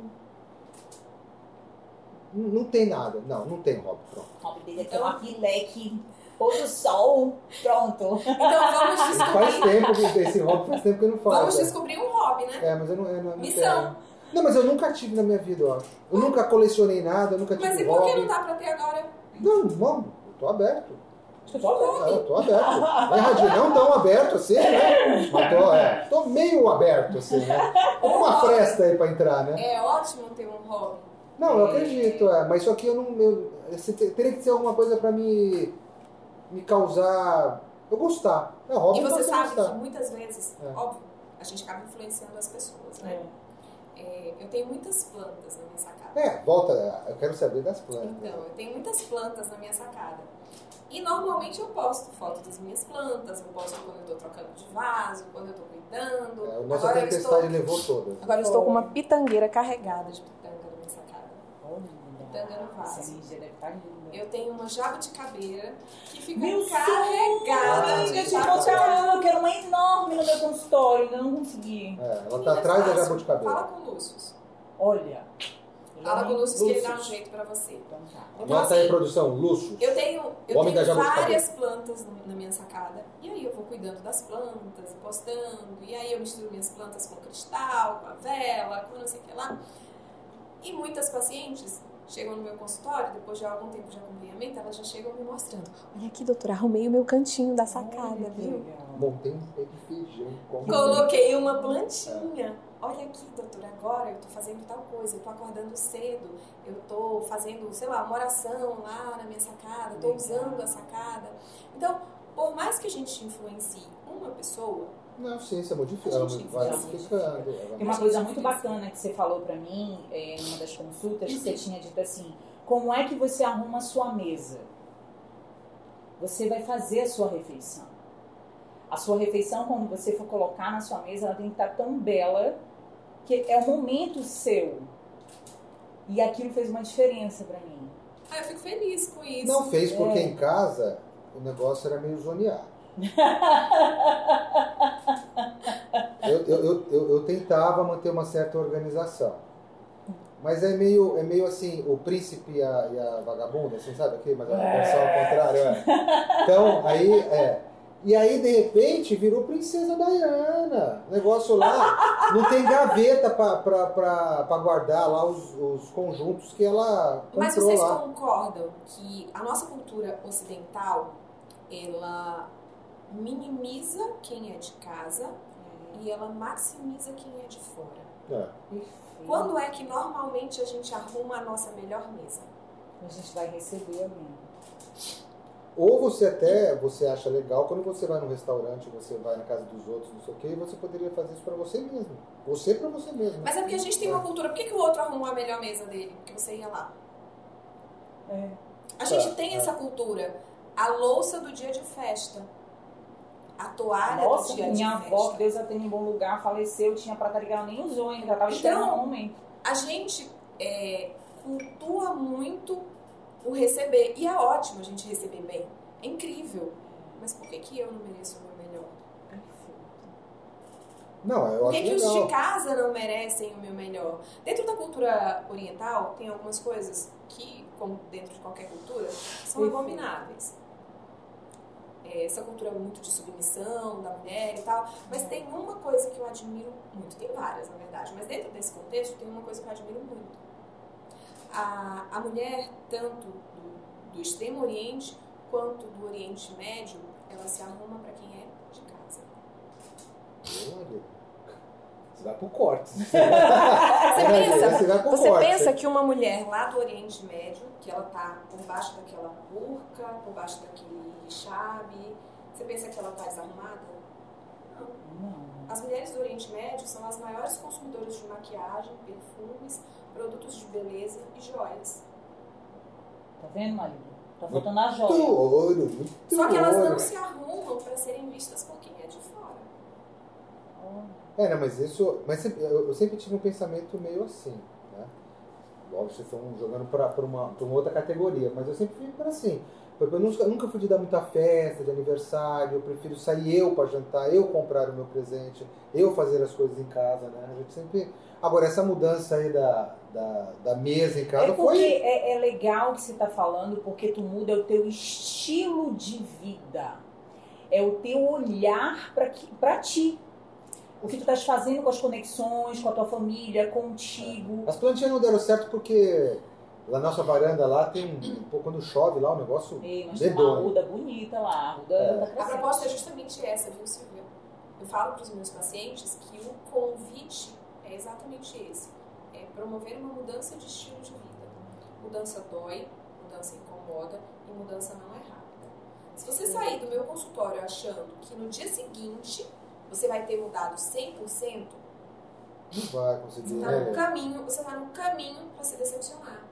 Não, não tem nada. Não, não tem Rob, pronto.
O hobby dele é tomar pileque, pôr do sol, pronto.
Então vamos
Faz
descobrir.
tempo que esse Rob faz tempo que eu não falo.
Vamos
cara.
descobrir um hobby, né?
É, mas eu não, eu não, eu não
Missão.
quero. Não, mas eu nunca tive na minha vida, ó. Eu nunca colecionei nada, eu nunca tive
Mas e por
hobby.
que não dá pra ter agora?
Não, mano, eu tô aberto.
Eu tô aberto.
Ah, Eu tô aberto. Não é radio- não tão aberto assim, né? Mas tô, é, tô meio aberto assim, né? Tô com uma fresta aí pra entrar, né?
É ótimo ter um hobby.
Não, eu acredito, é, mas isso aqui eu não. Eu, esse te- teria que ser alguma coisa pra me. me causar. eu gostar. É
E
óbvio
você
que eu
sabe que
gostar.
muitas vezes,
É.
óbvio, a gente acaba influenciando as pessoas, né? É, eu tenho muitas plantas na minha sacada.
É, volta, eu quero saber das plantas.
Então, eu tenho muitas plantas na minha sacada. E normalmente eu posto foto das minhas plantas, eu posto quando eu tô trocando de vaso, quando eu tô cuidando.
É, a nossa
agora eu
tempestade
estou,
levou todas. né?
agora eu estou com uma pitangueira carregada de pitanga na minha sacada.
Então,
Pitanga no
Essa
vaso.
energia deve estar linda.
Eu tenho uma jabuticabeira que fica
Meu
sonho!
carregada
Ah, Amiga,
de
te encontrar uma, eu quero uma enorme no meu consultório, ainda não consegui.
É, ela tá
Meninas,
atrás da
façam.
jabuticabela.
Fala com o Lúcio.
Olha.
Fala com o Lúcio que ele dá um
Lúcius.
jeito pra você.
Então tá.
Então,
Nota aí,
assim,
produção, Lúcio.
Eu tenho,
O
eu
homem da
tenho
jabuticaba.
várias plantas no- na minha sacada. E aí eu vou cuidando das plantas, postando. E aí eu misturo minhas plantas com cristal, com a vela, com não sei o que lá. E muitas pacientes chegam no meu consultório, depois de algum tempo de acompanhamento, elas já chegam me mostrando. Olha aqui, doutora, arrumei o meu cantinho da sacada,
Olha que
viu?
legal.
Montei um pé de feijão. como-
Coloquei uma plantinha. Olha aqui, doutora, agora eu tô fazendo tal coisa, eu tô acordando cedo, eu tô fazendo, sei lá, uma oração lá na minha sacada, tô
Legal.
usando a sacada. Então, por mais que a gente influencie uma pessoa,
Não, sim, você modifica. Ela
A gente
vai
modifica.
modificando.
Tem uma coisa muito bacana que você falou pra mim é, em uma das consultas, que você tinha dito assim: como é que você arruma a sua mesa? Você vai fazer a sua refeição. A sua refeição, quando você for colocar na sua mesa, ela tem que estar tão bela que é o momento seu. E aquilo fez uma diferença pra mim.
ah, eu fico feliz com isso.
Não fez porque
É.
em casa o negócio era meio zoneado. eu, eu, eu, eu, eu tentava manter uma certa organização. Mas é meio, é meio assim, o príncipe e a, e a vagabunda, assim, sabe aqui? Mas a versão ao contrário, é. Então, aí, é. E aí, de repente, virou Princesa Diana. O negócio lá, não tem gaveta pra, pra, pra, pra guardar lá os, os conjuntos que ela comprou
Mas vocês
lá.
concordam que a nossa cultura ocidental, ela minimiza quem é de casa
Uhum.
e ela maximiza quem é de fora.
É.
Perfeito.
Quando é que normalmente a gente arruma a nossa melhor mesa?
A gente vai receber alguém.
Ou você até você acha legal quando você vai num restaurante, você vai na casa dos outros, não sei o que, você poderia fazer isso pra você mesmo. Você pra você mesmo.
Mas é porque a gente tem uma cultura. Por que, que o outro arrumou a melhor mesa dele? Porque você ia lá.
É.
A gente
É,
tem
é.
essa cultura. A louça do dia de festa. A toalha
Nossa,
do dia
minha
de
avó,
festa.
Deus a tenha em bom lugar, faleceu, tinha pra que ela nem usou ainda, ela tava
Então,
esperando um momento.
A gente é, cultua muito o receber. E é ótimo a gente receber bem. É incrível. Mas por que, que eu não mereço o meu melhor?
Não, eu
Por
acho
que, que os
legal.
de casa não merecem o meu melhor? Dentro da cultura oriental, tem algumas coisas que, como dentro de qualquer cultura, são
Perfeito.
abomináveis. É, Essa cultura é muito de submissão da mulher e tal, mas tem uma coisa que eu admiro muito, tem várias na verdade, mas dentro desse contexto tem uma coisa que eu admiro muito. A, a mulher, tanto do, do Extremo Oriente quanto do Oriente Médio, ela se arruma para quem é de casa.
Olha, Você vai pro corte.
Você pensa,
Você vai pro
Você
corte.
pensa que uma mulher lá do Oriente Médio, que ela tá por baixo daquela burca, por baixo daquele chave, você pensa que ela tá desarrumada?
Não.
As mulheres do Oriente Médio são as maiores consumidoras de maquiagem, perfumes, produtos de beleza e joias.
Tá vendo, marido? Tá faltando a
Muito
joia.
ouro, muito
Só que elas
ouro.
não se arrumam para serem vistas por quem é de fora.
É, não, mas isso. Mas sempre- eu, eu sempre tive um pensamento meio assim, né? Lógico, vocês estão jogando para uma, pra uma outra categoria, mas eu sempre fui para assim. Porque eu nunca, nunca fui de dar muita festa, de aniversário, eu prefiro sair eu para jantar, eu comprar o meu presente, eu fazer as coisas em casa, né? A gente sempre. Agora, essa mudança aí da, da, da mesa em casa
É porque
foi.
é, é legal o que você está falando, porque tu muda o teu estilo de vida. É o teu olhar para ti. O que tu estás fazendo com as conexões, com a tua família, contigo.
As plantinhas não deram certo porque na nossa varanda lá tem um. Pô, quando chove lá o negócio.
Ei, mas tem uma
Dedou, né?
Arruda bonita lá, a Arruda
É.
tá
A
crescendo.
proposta é justamente essa, viu, Silvia? Eu falo para os meus pacientes que o convite é exatamente esse: é promover uma mudança de estilo de vida. Mudança dói, mudança incomoda e mudança não é rápida. Se você sair do meu consultório achando que no dia seguinte você vai ter mudado 100%,
Não vai
você
conseguir,
está
né?
um
no caminho, você tá no caminho para se decepcionar.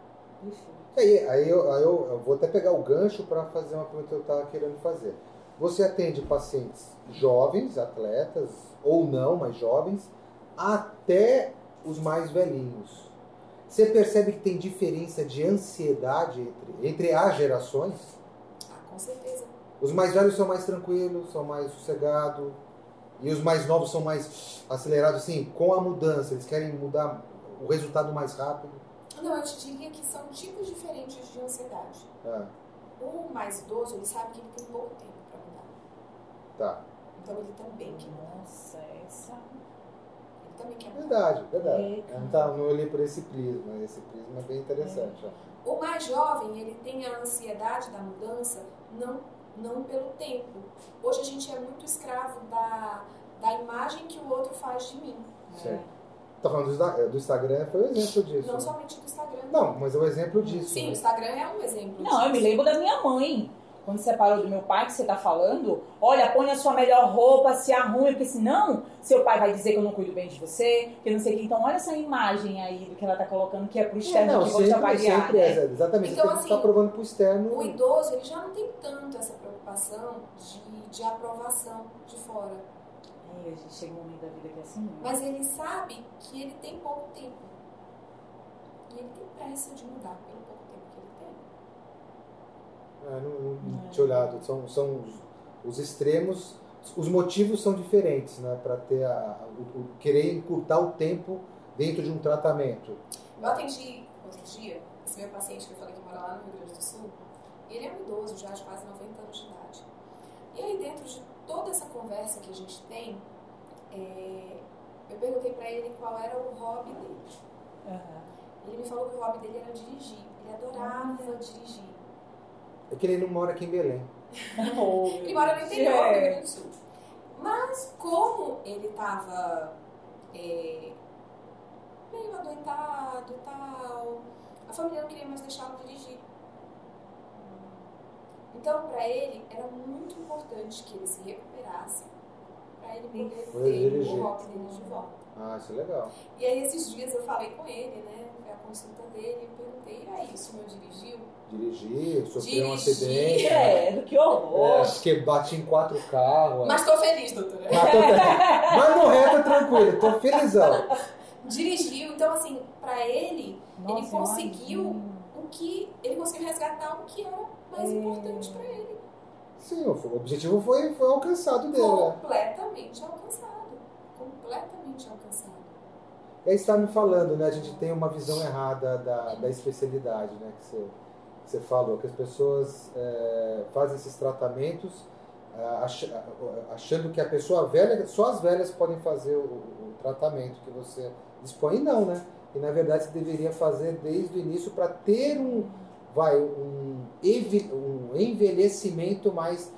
Enfim.
Aí, aí, eu, aí eu, eu vou até pegar o gancho para fazer uma pergunta que eu estava querendo fazer. Você atende pacientes jovens, atletas, ou não, mas jovens, até os mais velhinhos. Você percebe que tem diferença de ansiedade entre, entre as gerações?
Ah, com certeza.
Os mais velhos são mais tranquilos, são mais sossegados, e os mais novos são mais acelerados, assim, com a mudança. Eles querem mudar o resultado mais rápido.
Não, eu te diria que são tipos diferentes de ansiedade.
Ah,
O mais idoso, ele sabe que ele tem pouco tempo para mudar.
tá.
Então ele também quer mudar.
Nossa, essa.
Ele também quer mudar.
Verdade, verdade.
É,
Eu não, tava- não olhei por esse prisma. Esse prisma é bem interessante. ó.
O mais jovem, ele tem a ansiedade da mudança, não, não pelo tempo. Hoje a gente é muito escravo da, da imagem que o outro faz de mim.
Certo. Tá falando do, Insta- do Instagram, foi um exemplo disso.
Não
né?
somente do Instagram.
Não, mas é um exemplo disso.
Sim, o
né?
Instagram é um exemplo
Não, eu me lembro da minha mãe. Quando separou do meu pai, que você tá falando, olha, põe a sua melhor roupa, se arrume, porque senão seu pai vai dizer que eu não cuido bem de você, que não sei o que. Então, olha essa imagem aí do que ela tá colocando, que é pro
É,
externo
não,
que vão te
sempre,
avaliar.
sempre
né?
é, exatamente.
Então,
você tem que
assim,
estar provando pro externo.
O idoso, ele já não tem tanto essa preocupação de, de aprovação de fora.
Aí a gente chega um momento da vida que é assim. né?
Mas ele sabe que ele tem pouco tempo. E ele tem pressa de mudar pelo pouco tempo que ele tem.
É, não, não- não
É.
tinha olhado. São, são os, os extremos. Os motivos são diferentes, né? Para ter a, o, o- querer encurtar o tempo dentro de um tratamento.
Eu atendi outro dia esse meu paciente que eu falei que mora lá no Rio Grande do Sul, e ele é um idoso já de quase 90 anos de idade. E aí, dentro de toda essa conversa que a gente tem, é, eu perguntei pra ele qual era o hobby dele.
Aham.
Ele me falou que o hobby dele era dirigir. Ele adorava dirigir.
É que ele não mora aqui em Belém.
Oh,
Ele mora no interior do Rio
é.
Grande do Sul. Mas como ele estava meio adoentado e tal, a família não queria mais deixá-lo dirigir. Então, para ele, era muito importante que ele se recuperasse para ele poder
Foi
ter
dirigir.
o hobby dele de volta.
Ah, isso é legal.
E aí, esses dias eu falei com ele, né? Foi a consulta dele, eu perguntei, e aí, o senhor dirigiu?
Dirigir, sofrer um
Dirigir,
acidente.
É, do que
É,
horror.
porque bate em quatro carros. é.
Mas tô feliz, doutora.
Mas tô tranquilo. Mas no reto, é tranquilo, tô felizão.
Dirigiu, então assim, para ele
Nossa,
conseguiu
imagina.
o que ele conseguiu resgatar o que era mais
É.
Hum.
importante para ele.
Sim, o o objetivo foi, foi alcançado dele. né?
Completamente alcançado. Completamente alcançado.
E aí você tá me falando, né? A gente tem uma visão errada da, da especialidade, né? Que você, que você falou, que as pessoas é, fazem esses tratamentos ah, ach- achando que a pessoa velha, só as velhas podem fazer o, o tratamento que você dispõe, e não, né? E na verdade você deveria fazer desde o início para ter um, vai um, enve- um envelhecimento mais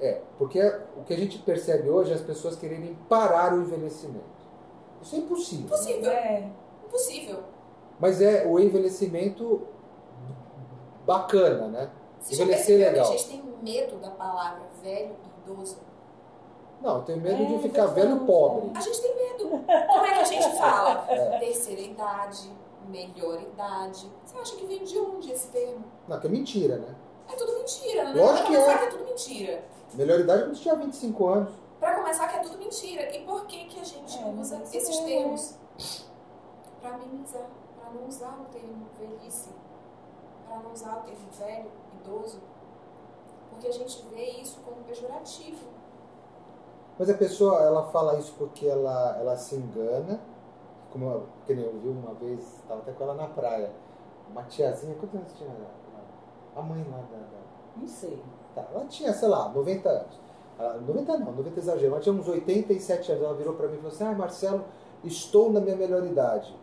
é porque o que a gente percebe hoje é as pessoas quererem parar o envelhecimento isso é impossível né?
Impossível.
É.
Impossível.
mas é o envelhecimento bacana né
Você já
Envelhecer
percebeu que a
legal.
gente tem medo da palavra velho e idoso?
não eu tenho medo
É,
de ficar
exatamente.
velho pobre
A gente tem medo. Como é que a gente fala?
É.
Terceira idade, melhor idade. Você acha que vem de onde esse termo?
não que é mentira né
É tudo mentira, né?
Lógico
pra
que
começar
é.
que é tudo mentira.
melhor idade é quando você tinha 25 anos
Pra começar que é tudo mentira. E por que que a gente
É,
usa
mas isso
esses
é-
termos? Pra minimizar, pra para não usar o termo velhice, para não usar o termo velho, idoso, porque a gente vê isso como pejorativo.
Mas a pessoa, ela fala isso porque ela, ela se engana, como eu, que nem eu vi uma vez, estava até com ela na praia, uma tiazinha, quantos anos tinha ela? A mãe lá da... da-
Não sei.
tá, ela tinha, sei lá, 90 anos. Ah, 90 não, 90 é exagero, ela tinha uns 87 anos, ela virou pra mim e falou assim, ai Marcelo, estou na minha melhor idade.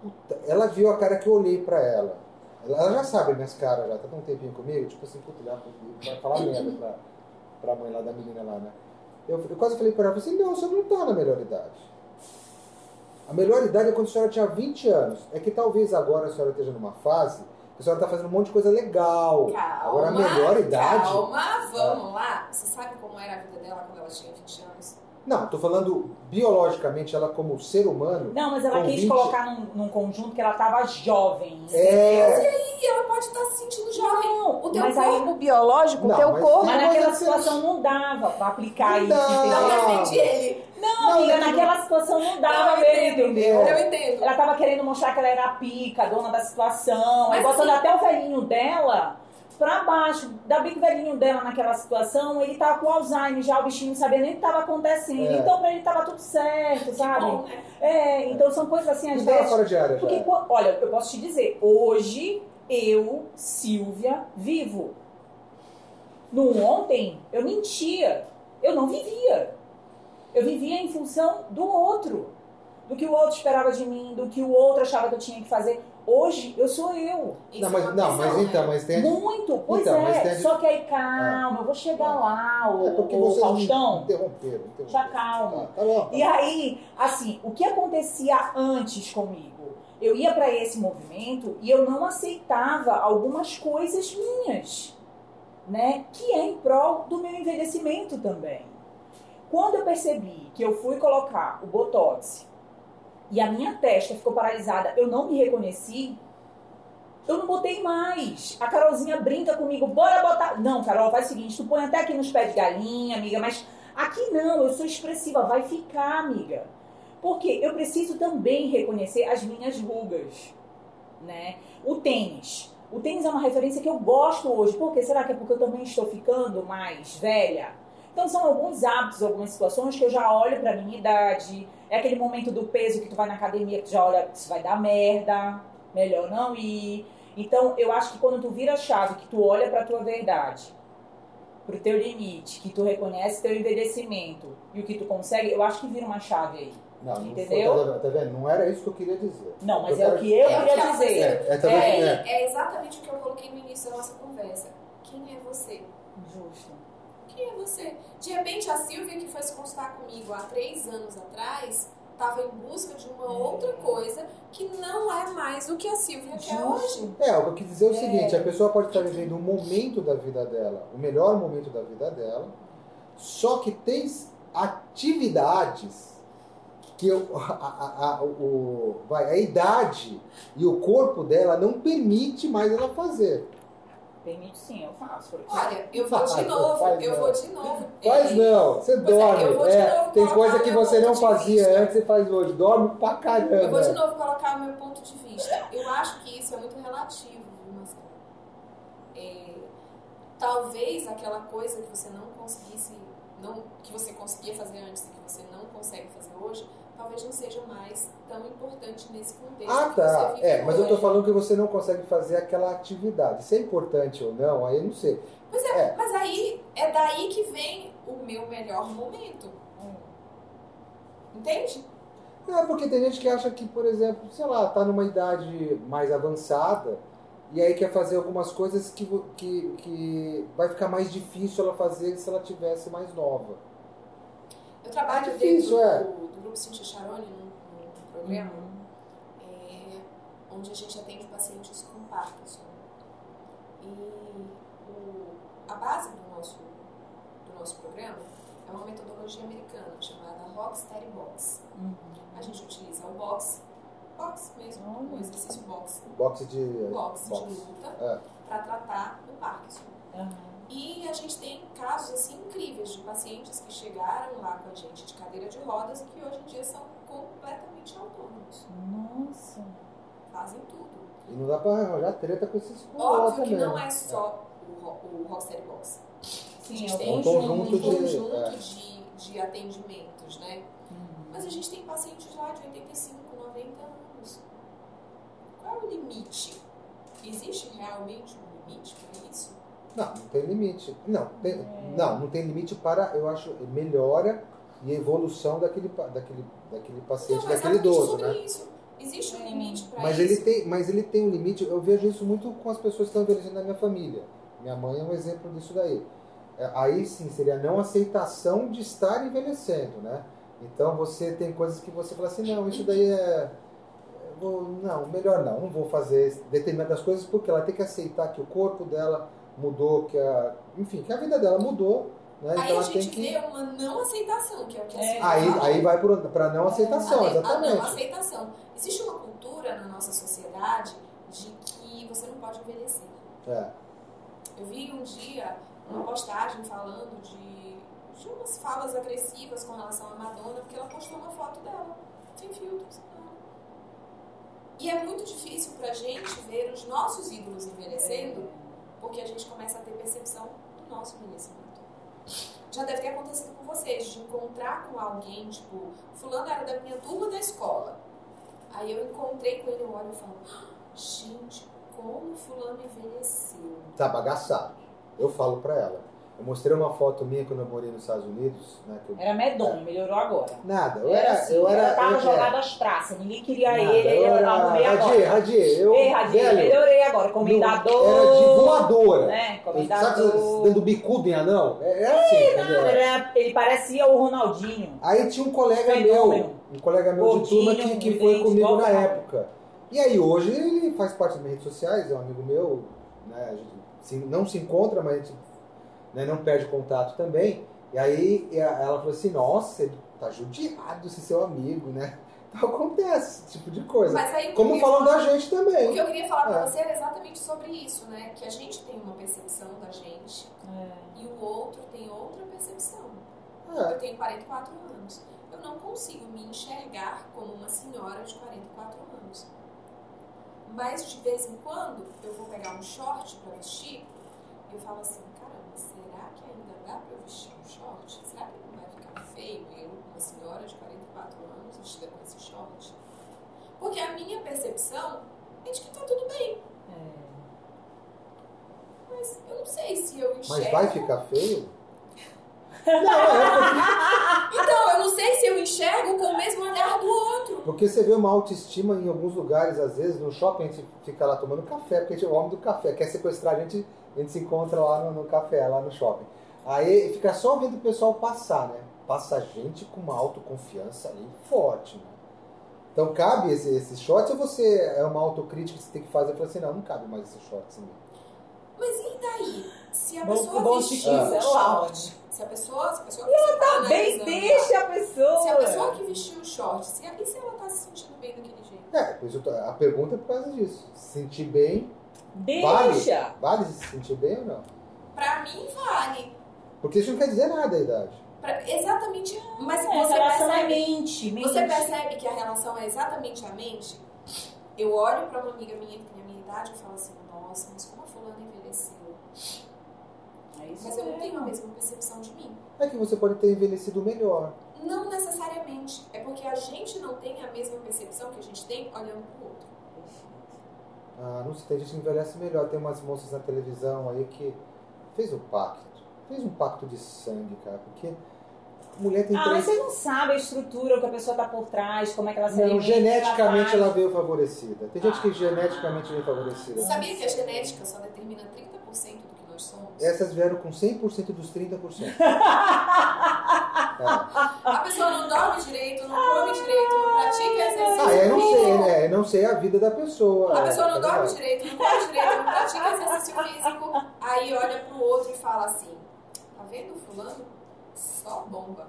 Puta, ela viu a cara que eu olhei pra ela. Ela, ela já sabe minhas caras, já tá com um tempinho comigo, tipo assim, puta, olhar comigo, vai falar merda pra, pra mãe lá da menina lá, né? Eu, eu quase falei pra ela, eu falei assim, não, você não tá na melhor idade. A melhor idade é quando a senhora tinha 20 anos. É que talvez agora a senhora esteja numa fase que a senhora tá fazendo um monte de coisa legal.
Calma,
agora a melhor idade.
calma, vamos lá. Você sabe como era a vida dela quando ela tinha 20 anos?
Não, tô falando biologicamente, ela como ser humano.
Não, mas ela
Com
quis
20.
colocar num, num conjunto que ela tava jovem.
É.
E ela pode estar se sentindo jovem.
Não,
O teu
mas aí-
corpo biológico, o
Não,
teu
mas-
corpo.
mas
Não,
naquela
mas você-
situação não dava pra aplicar
Não
isso.
dá.
entendeu?
Eu defendi ele.
Não, amiga, naquela situação não dava
eu
mesmo,
entendo.
entendeu?
Eu entendo.
Ela tava querendo mostrar que ela era a pica, dona da situação,
Mas
aí botando
assim-
até o velhinho dela pra baixo. Da bem que o velhinho dela naquela situação, ele tava com Alzheimer já, o bichinho não sabia nem o que tava acontecendo.
É.
Então pra ele tava tudo certo, sabe?
Bom, né?
É, então são coisas assim, às
Não tava
vezes.
fora de área já.
Porque, quan- olha, eu posso te dizer, hoje eu, Silvia, vivo. No ontem, eu mentia. Eu não vivia. Eu vivia em função do outro. Do que o outro esperava de mim, do que o outro achava que eu tinha que fazer. Hoje, eu sou eu.
Isso
Não,
é uma
mas, não, mas
visão, né?
então, mas tem.
Muito. Pois
Então, mas tem
é.
a-
Só que aí, calma, eu vou chegar lá,
É porque
o,
vocês me
Faustão.
interromperam. interromperam.
Já calma.
Tá, tá bom.
E aí, assim, o que acontecia antes comigo? Eu ia pra esse movimento e eu não aceitava algumas coisas minhas, né? Que é em prol do meu envelhecimento também. Quando eu percebi que eu fui colocar o botox e a minha testa ficou paralisada, eu não me reconheci, eu não botei mais. A Carolzinha brinca comigo, bora botar. Não, Carol, faz o seguinte, tu põe até aqui nos pés de galinha, amiga, mas Aqui não, eu sou expressiva, vai ficar, amiga. Porque eu preciso também reconhecer as minhas rugas, né? O tênis. O tênis é uma referência que eu gosto hoje. Por quê? Será que é porque eu também estou ficando mais velha? Então são alguns hábitos, algumas situações que eu já olho pra minha idade. É aquele momento do peso que tu vai na academia que tu já olha, isso vai dar merda, melhor não ir. Então eu acho que quando tu vira a chave, que tu olha pra tua verdade, pro teu limite, que tu reconhece teu envelhecimento e o que tu consegue, eu acho que vira uma chave aí.
Não, não foi,
Entendeu?
tá vendo? Tá vendo? Não era isso que eu queria dizer.
Não, mas
Eu
é o
quero-
que eu
É o que
queria
ela
É,
dizer.
é, tá vendo?
É.
É.
É exatamente o que eu coloquei no início da nossa conversa. Quem é você?
Justo.
Quem é você? De repente, a Silvia, que foi se consultar comigo há três anos atrás, estava em busca de uma outra coisa que não é mais o que a Silvia quer hoje.
Justo.
É, o que eu quis dizer é o
É.
seguinte, a pessoa pode estar vivendo um momento da vida dela, o melhor momento da vida dela, só que tem atividades que eu- a, a- a- o, vai, a idade e o corpo dela não permite mais ela fazer.
Permite sim, eu faço. por exemplo.
Ah,
Olha, eu vou de
Faz,
novo,
faz
eu
não.
vou de novo.
Faz
É,
não, você
Pois é,
dorme.
eu vou de
é,
novo
tem
colocar
coisa que
meu
você não
ponto de
fazia
vista.
antes e faz hoje. Dorme pra caramba.
Eu vou um de novo colocar o meu ponto de vista. Eu acho que isso é muito relativo, viu, Marcelo? É, talvez aquela coisa que você não conseguisse, não, que você conseguia fazer antes e que você não consegue fazer hoje, talvez não seja mais tão importante nesse contexto.
Ah,
que
tá.
você vive
É, mas eu tô
hoje.
falando que você não consegue fazer aquela atividade. Se é importante ou não, aí eu não sei.
Pois é, mas aí é daí que vem o meu melhor momento. Entende?
É porque tem gente que acha que, por exemplo, sei lá, tá numa idade mais avançada e aí quer fazer algumas coisas que, vo- que, que vai ficar mais difícil ela fazer se ela tivesse mais nova.
Eu
Ah,
trabalho
difícil,
dentro
é.
do, do grupo Cintia Charone, num, num
tá
programa, é, onde a gente atende pacientes com Parkinson. E o- a base do nosso, do nosso programa é uma metodologia americana chamada Rocksteady Box.
Uhum.
A gente utiliza o box, box mesmo,
Olha.
o exercício box, um
Boxe de.
box,
É, box.
de luta,
É.
para tratar o Parkinson.
Uhum.
E a gente tem casos assim incríveis de pacientes que chegaram lá com a gente de cadeira de rodas e que hoje em dia são completamente autônomos.
Nossa.
fazem tudo.
E não dá pra arranjar treta com esses
Óbvio
coroas
que
também.
não é só o, ro- o Rocksteady Box. A
Sim,
gente
eu
tem um
um
conjunto,
conjunto de- é.
de, de atendimentos, né? Mas a gente tem pacientes lá de 85, 90 anos. Qual é o limite? Existe realmente um limite para isso?
Não, não tem limite. Não, tem-
É.
não, não tem limite para, eu acho, melhora e evolução daquele, pa- daquele, daquele paciente,
Não,
daquele
exatamente
idoso,
sobre
né?
isso. Existe um limite para
Mas
isso.
ele, tem, mas ele tem um limite, eu vejo isso muito com as pessoas que estão envelhecendo na minha família. Minha mãe é um exemplo disso daí. É, Aí sim, seria a não aceitação de estar envelhecendo, né? Então você tem coisas que você fala assim, não, isso daí é. eu vou- Não, melhor não, não vou fazer determinadas coisas porque ela tem que aceitar que o corpo dela mudou, que a. Enfim, que a vida dela mudou, né?
Aí
Então
a
ela tem
gente
que.
vê uma não aceitação, que é o que a
É.
senhora
Aí,
fala.
aí vai para não
É, A
aceitação,
não- A não
exatamente.
aceitação. Existe uma cultura na nossa sociedade de que você não pode envelhecer.
É.
Eu vi um dia uma postagem falando de, de umas falas agressivas com relação à Madonna, porque ela postou uma foto dela, sem filtro, sem nada. E é muito difícil pra gente ver os nossos ídolos envelhecendo, porque a gente começa a ter percepção do nosso envelhecimento. Já deve ter acontecido com vocês, de encontrar com alguém, tipo, fulano era da minha turma da escola. Aí eu encontrei com ele, eu olho e falo, "Ah, gente, como fulano envelheceu.
tá bagaçado. Eu falo pra ela. Eu mostrei uma foto minha quando eu morei nos Estados Unidos, né? que eu-
Era medonho, melhorou agora.
Nada, eu era.
É. assim,
eu era,
ela tava
eu,
jogada às traças, ninguém queria
é? nada,
ele, ele
eu
era...
era.
tava no meio
Radier,
agora.
Radier, eu.
Ei, Radinho,
velho,
melhorei agora,
não-
comendador...
Era de voadora.
Né,
Eu- Sabe,
comendador...
dando bicudo em anão? É, é assim. entendeu?
Ele era- ele parecia o Ronaldinho.
Aí tinha um colega
Fenômeno.
meu, um colega meu de
Gordinho,
turma que, que
gordinho,
foi comigo na
igual cara.
época. E aí hoje ele faz parte das minhas redes sociais, é um amigo meu, né? A gente se- não se encontra, mas a gente né, não perde contato também. E aí e a- ela falou assim, nossa, ele tá judiado esse seu amigo, né? Então acontece esse tipo de coisa.
Mas aí,
Como
eu-
falam da gente
O que
também.
eu queria falar pra
É.
você era exatamente sobre isso, né? Que a gente tem uma percepção da gente e o outro tem outra percepção.
É,
Eu tenho 44 anos. Eu não consigo me enxergar como uma senhora de 44 anos. Mas de vez em quando eu vou pegar um short pra vestir e eu falo assim, caramba, será que ainda dá pra eu vestir um short? Será que não vai ficar feio eu, uma senhora de 44 anos, vestida com esse short? Porque a minha percepção é de que tá tudo bem, mas eu não sei se eu enxergo.
mas vai ficar feio? Não, é
Então, eu não sei se eu enxergo com o mesmo olhar do outro.
Porque você vê uma autoestima em alguns lugares, às vezes, no shopping a gente fica lá tomando café, porque a gente é o homem do café, quer sequestrar a gente, a gente se encontra lá no, no café, lá no shopping. Aí fica só vendo o pessoal passar, né? Passa gente com uma autoconfiança ali forte, né? Então cabe esse, esse shot ou você é uma autocrítica que você tem que fazer? Eu falei assim, não, não cabe mais esse shot assim.
Mas e daí? Se a
Bom-
pessoa
bom
vestiu
chiquinho,
um
sei lá,
short, se a pessoa, se a pessoa que você tá
Bem,
analisando,
deixa a pessoa.
se a pessoa que vestiu o short, se a, e se ela tá se sentindo bem daquele jeito?
É, pois eu tô- a pergunta é por causa disso. Se sentir bem,
Deixa.
vale se sentir bem ou não?
Pra mim, vale.
Porque isso não quer dizer nada a idade.
Pra- exatamente. Mas
É,
você
relação é
percebe,
mente, mente.
você percebe que a relação é exatamente a mente? Eu olho pra uma amiga minha que tem a minha idade e falo assim, nossa, mas como a fulana envelheceu?
É isso
Mas eu não
mesmo.
tenho a mesma percepção de mim.
É que você pode ter envelhecido melhor.
Não necessariamente. É porque a gente não tem a mesma percepção que a gente tem olhando pro outro.
Ah, não sei, tem gente que envelhece melhor. Tem umas moças na televisão aí que fez um pacto. Fez um pacto de sangue, cara. Porque a mulher tem
Ah, mas
três.
você não sabe a estrutura, o que a pessoa tá por trás, como é que ela se
Não,
alimenta,
geneticamente
ela
ela veio favorecida. Tem gente que geneticamente veio favorecida.
Sabia que a genética só determina 30% do que nós somos?
Essas vieram com 100% dos 30%. É.
A pessoa não dorme direito, não come direito, não pratica exercício
Ah, eu não sei,
físico.
né? Eu não sei a vida da pessoa.
A
é,
pessoa não
é
dorme
verdade.
direito, não come direito, não pratica exercício físico. Aí olha pro outro e fala assim: tá vendo o fulano? Só bomba.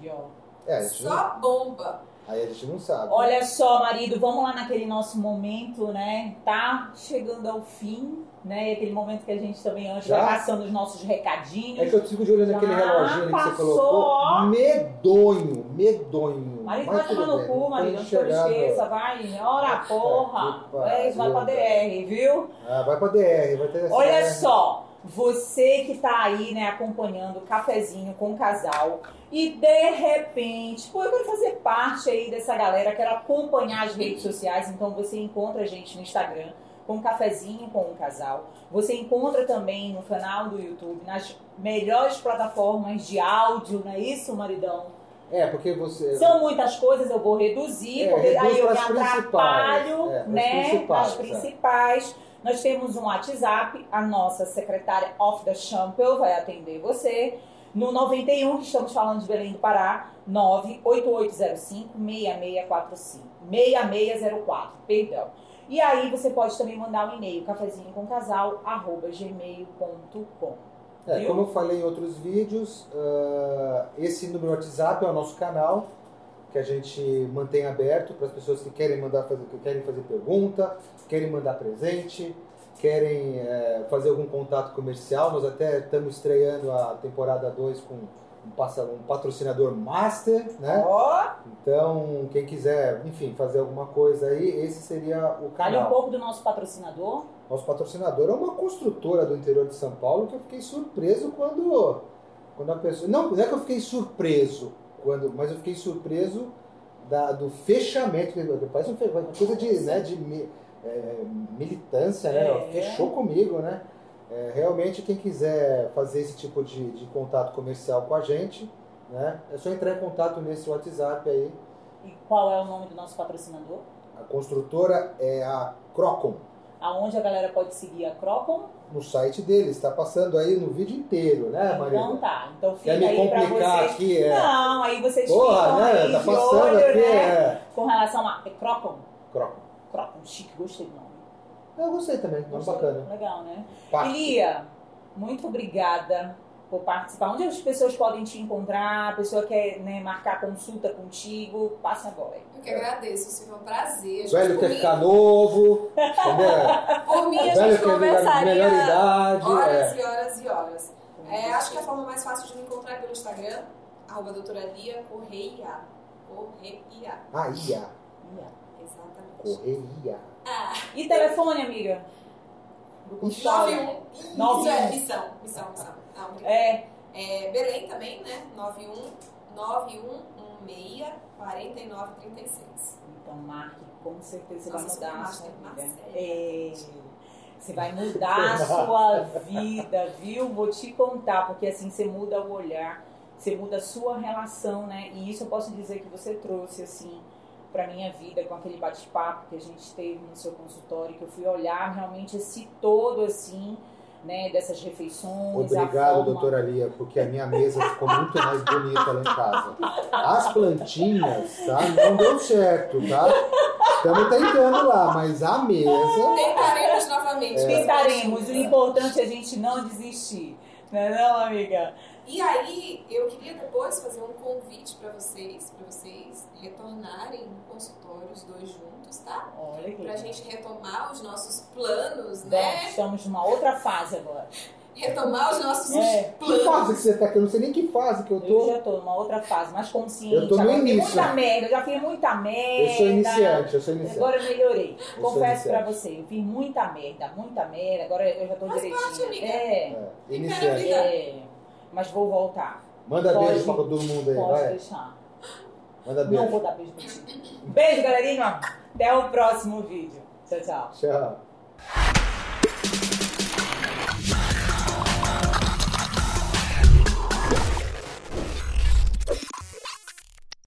Pior.
É, a gente não-
Só bomba.
aí a gente não sabe.
Olha só, marido, vamos lá naquele nosso momento, né? Tá chegando ao fim, né? E aquele momento que a gente também antes
Já?
vai passando os nossos recadinhos.
É que eu fico de olho naquele
Já
reloginho ali que você
passou,
colocou.
ó.
Medonho, medonho.
Marido
mas
vai tomar
tudo
no
bem,
cu,
não
marido.
tem
Não estou
chegado-
esqueça, vai. Ora,
Puta que
porra.
pariu,
É, vai pra DR, viu?
Ah, vai pra DR, vai ter essa-
Olha só, você que tá aí, né, acompanhando o cafezinho com o casal e de repente, pô, eu quero fazer parte aí dessa galera, quero acompanhar as redes sociais, então você encontra a gente no Instagram com cafezinho com o casal. Você encontra também no canal do YouTube, nas melhores plataformas de áudio, não é isso, maridão?
É, porque você.
São muitas coisas, eu vou reduzir,
É,
porque
reduz
aí eu me
pras principais,
atrapalho,
é, pras
né?
principais,
As
é.
principais. Nós temos um WhatsApp, a nossa secretária off the champion vai atender você. No 91, que estamos falando de Belém do Pará, 98805-6645. 6604, perdão. E aí você pode também mandar um e-mail, cafezinho com casal, arroba gmail.com.
É,
Viu?
como eu falei em outros vídeos, ah, esse número WhatsApp é o nosso canal que a gente mantém aberto para as pessoas que querem mandar fazer, que querem fazer pergunta, querem mandar presente, querem eh, fazer algum contato comercial. Nós até estamos estreando a temporada 2 com um, passa- um patrocinador master, né?
Ó,
Então, quem quiser, enfim, fazer alguma coisa aí, esse seria o
olha um
canal.
pouco do nosso patrocinador.
Nosso patrocinador é uma construtora do interior de São Paulo que eu fiquei surpreso quando, quando a pessoa. Não, não é que eu fiquei surpreso, quando, mas eu fiquei surpreso da- do fechamento. que Parece um fe- uma coisa de, né, de mi- é, militância, né?
É.
Fechou comigo, né? É, realmente, quem quiser fazer esse tipo de, de contato comercial com a gente, né? É só entrar em contato nesse WhatsApp aí.
E qual é o nome do nosso patrocinador?
A construtora é a Crocom.
aonde a galera pode seguir a Crocom.
No site deles, está passando aí no vídeo inteiro, né, Maria?
então tá. Então fica
Quer me
aí pra
complicar
vocês.
aqui, é.
Não, aí vocês
Porra,
ficam
né?
aí
Tá
de
passando
olho,
aqui,
né?
é.
Com relação a. É Crocom?
Croco.
Crocom, chique, gostei do nome.
Eu gostei também, nome
Gostou?
É bacana.
Legal, né?
Pacto.
Elia, muito obrigada por participar. Onde as pessoas podem te encontrar? A pessoa quer né, marcar consulta contigo? Passa agora.
Eu que agradeço, Silvio, é um prazer.
O
Gente,
Velho
por
quer
mim-
ficar novo, entendeu?
Por mim,
O
a
Velho
gente
quer virar melhor
conversaria
idade.
horas
é.
e horas e horas. É, acho que a forma mais fácil de me encontrar é pelo Instagram, arroba doutora Lia Correia. Correia,
Ah, ia.
exatamente.
Correia.
Ah,
E telefone, amiga? Do consultório?
91.
Nove
Isso é
um.
missão, missão, missão. Não, obrigada.
É,
É, Belém também, né? 91 9116 4936.
Então, marque, com certeza
Nossa,
vai mudar a sua
Supermaster
vida.
Marcela.
É, você vai mudar a sua vida, viu? Vou te contar, porque assim você muda o olhar, você muda a sua relação, né? E isso eu posso dizer que você trouxe, assim, pra minha vida, com aquele bate-papo que a gente teve no seu consultório, que eu fui olhar realmente esse todo, assim, né? Dessas refeições, a
Obrigado,
forma.
doutora Lia, porque a minha mesa ficou muito mais bonita lá em casa. As plantinhas, tá? Não deu certo, tá? Estamos tentando lá, mas a mesa.
Tentaremos novamente.
Tentaremos, o importante é a gente não desistir. Não é não, amiga?
E aí, eu queria depois fazer um convite para vocês, para vocês retornarem no consultório os dois juntos, tá?
Olha que
Pra gente retomar os nossos planos,
Bom,
né?
estamos numa outra fase agora.
Retomar os nossos
É,
Que fase
planos.
que você tá aqui? Eu não sei nem que fase que eu
Eu
tô.
já tô numa outra fase, mais consciente.
Eu tô no
agora fiz
início.
muita merda, eu já fiz muita merda.
Eu sou iniciante, eu sou iniciante.
Agora eu melhorei.
sou
Confesso pra
iniciante.
você, eu fiz muita merda, muita merda. Agora eu já tô
Faz
direitinho.
parte, amiga.
É,
É,
Tem
iniciante.
cara
é. Mas vou voltar.
Manda
Pode.
beijo pra todo mundo aí,
Pode
vai.
deixar.
Manda
Não
beijo.
vou dar beijo pra ti. Beijo, galerinha. Até o próximo vídeo. Tchau, tchau.
Tchau.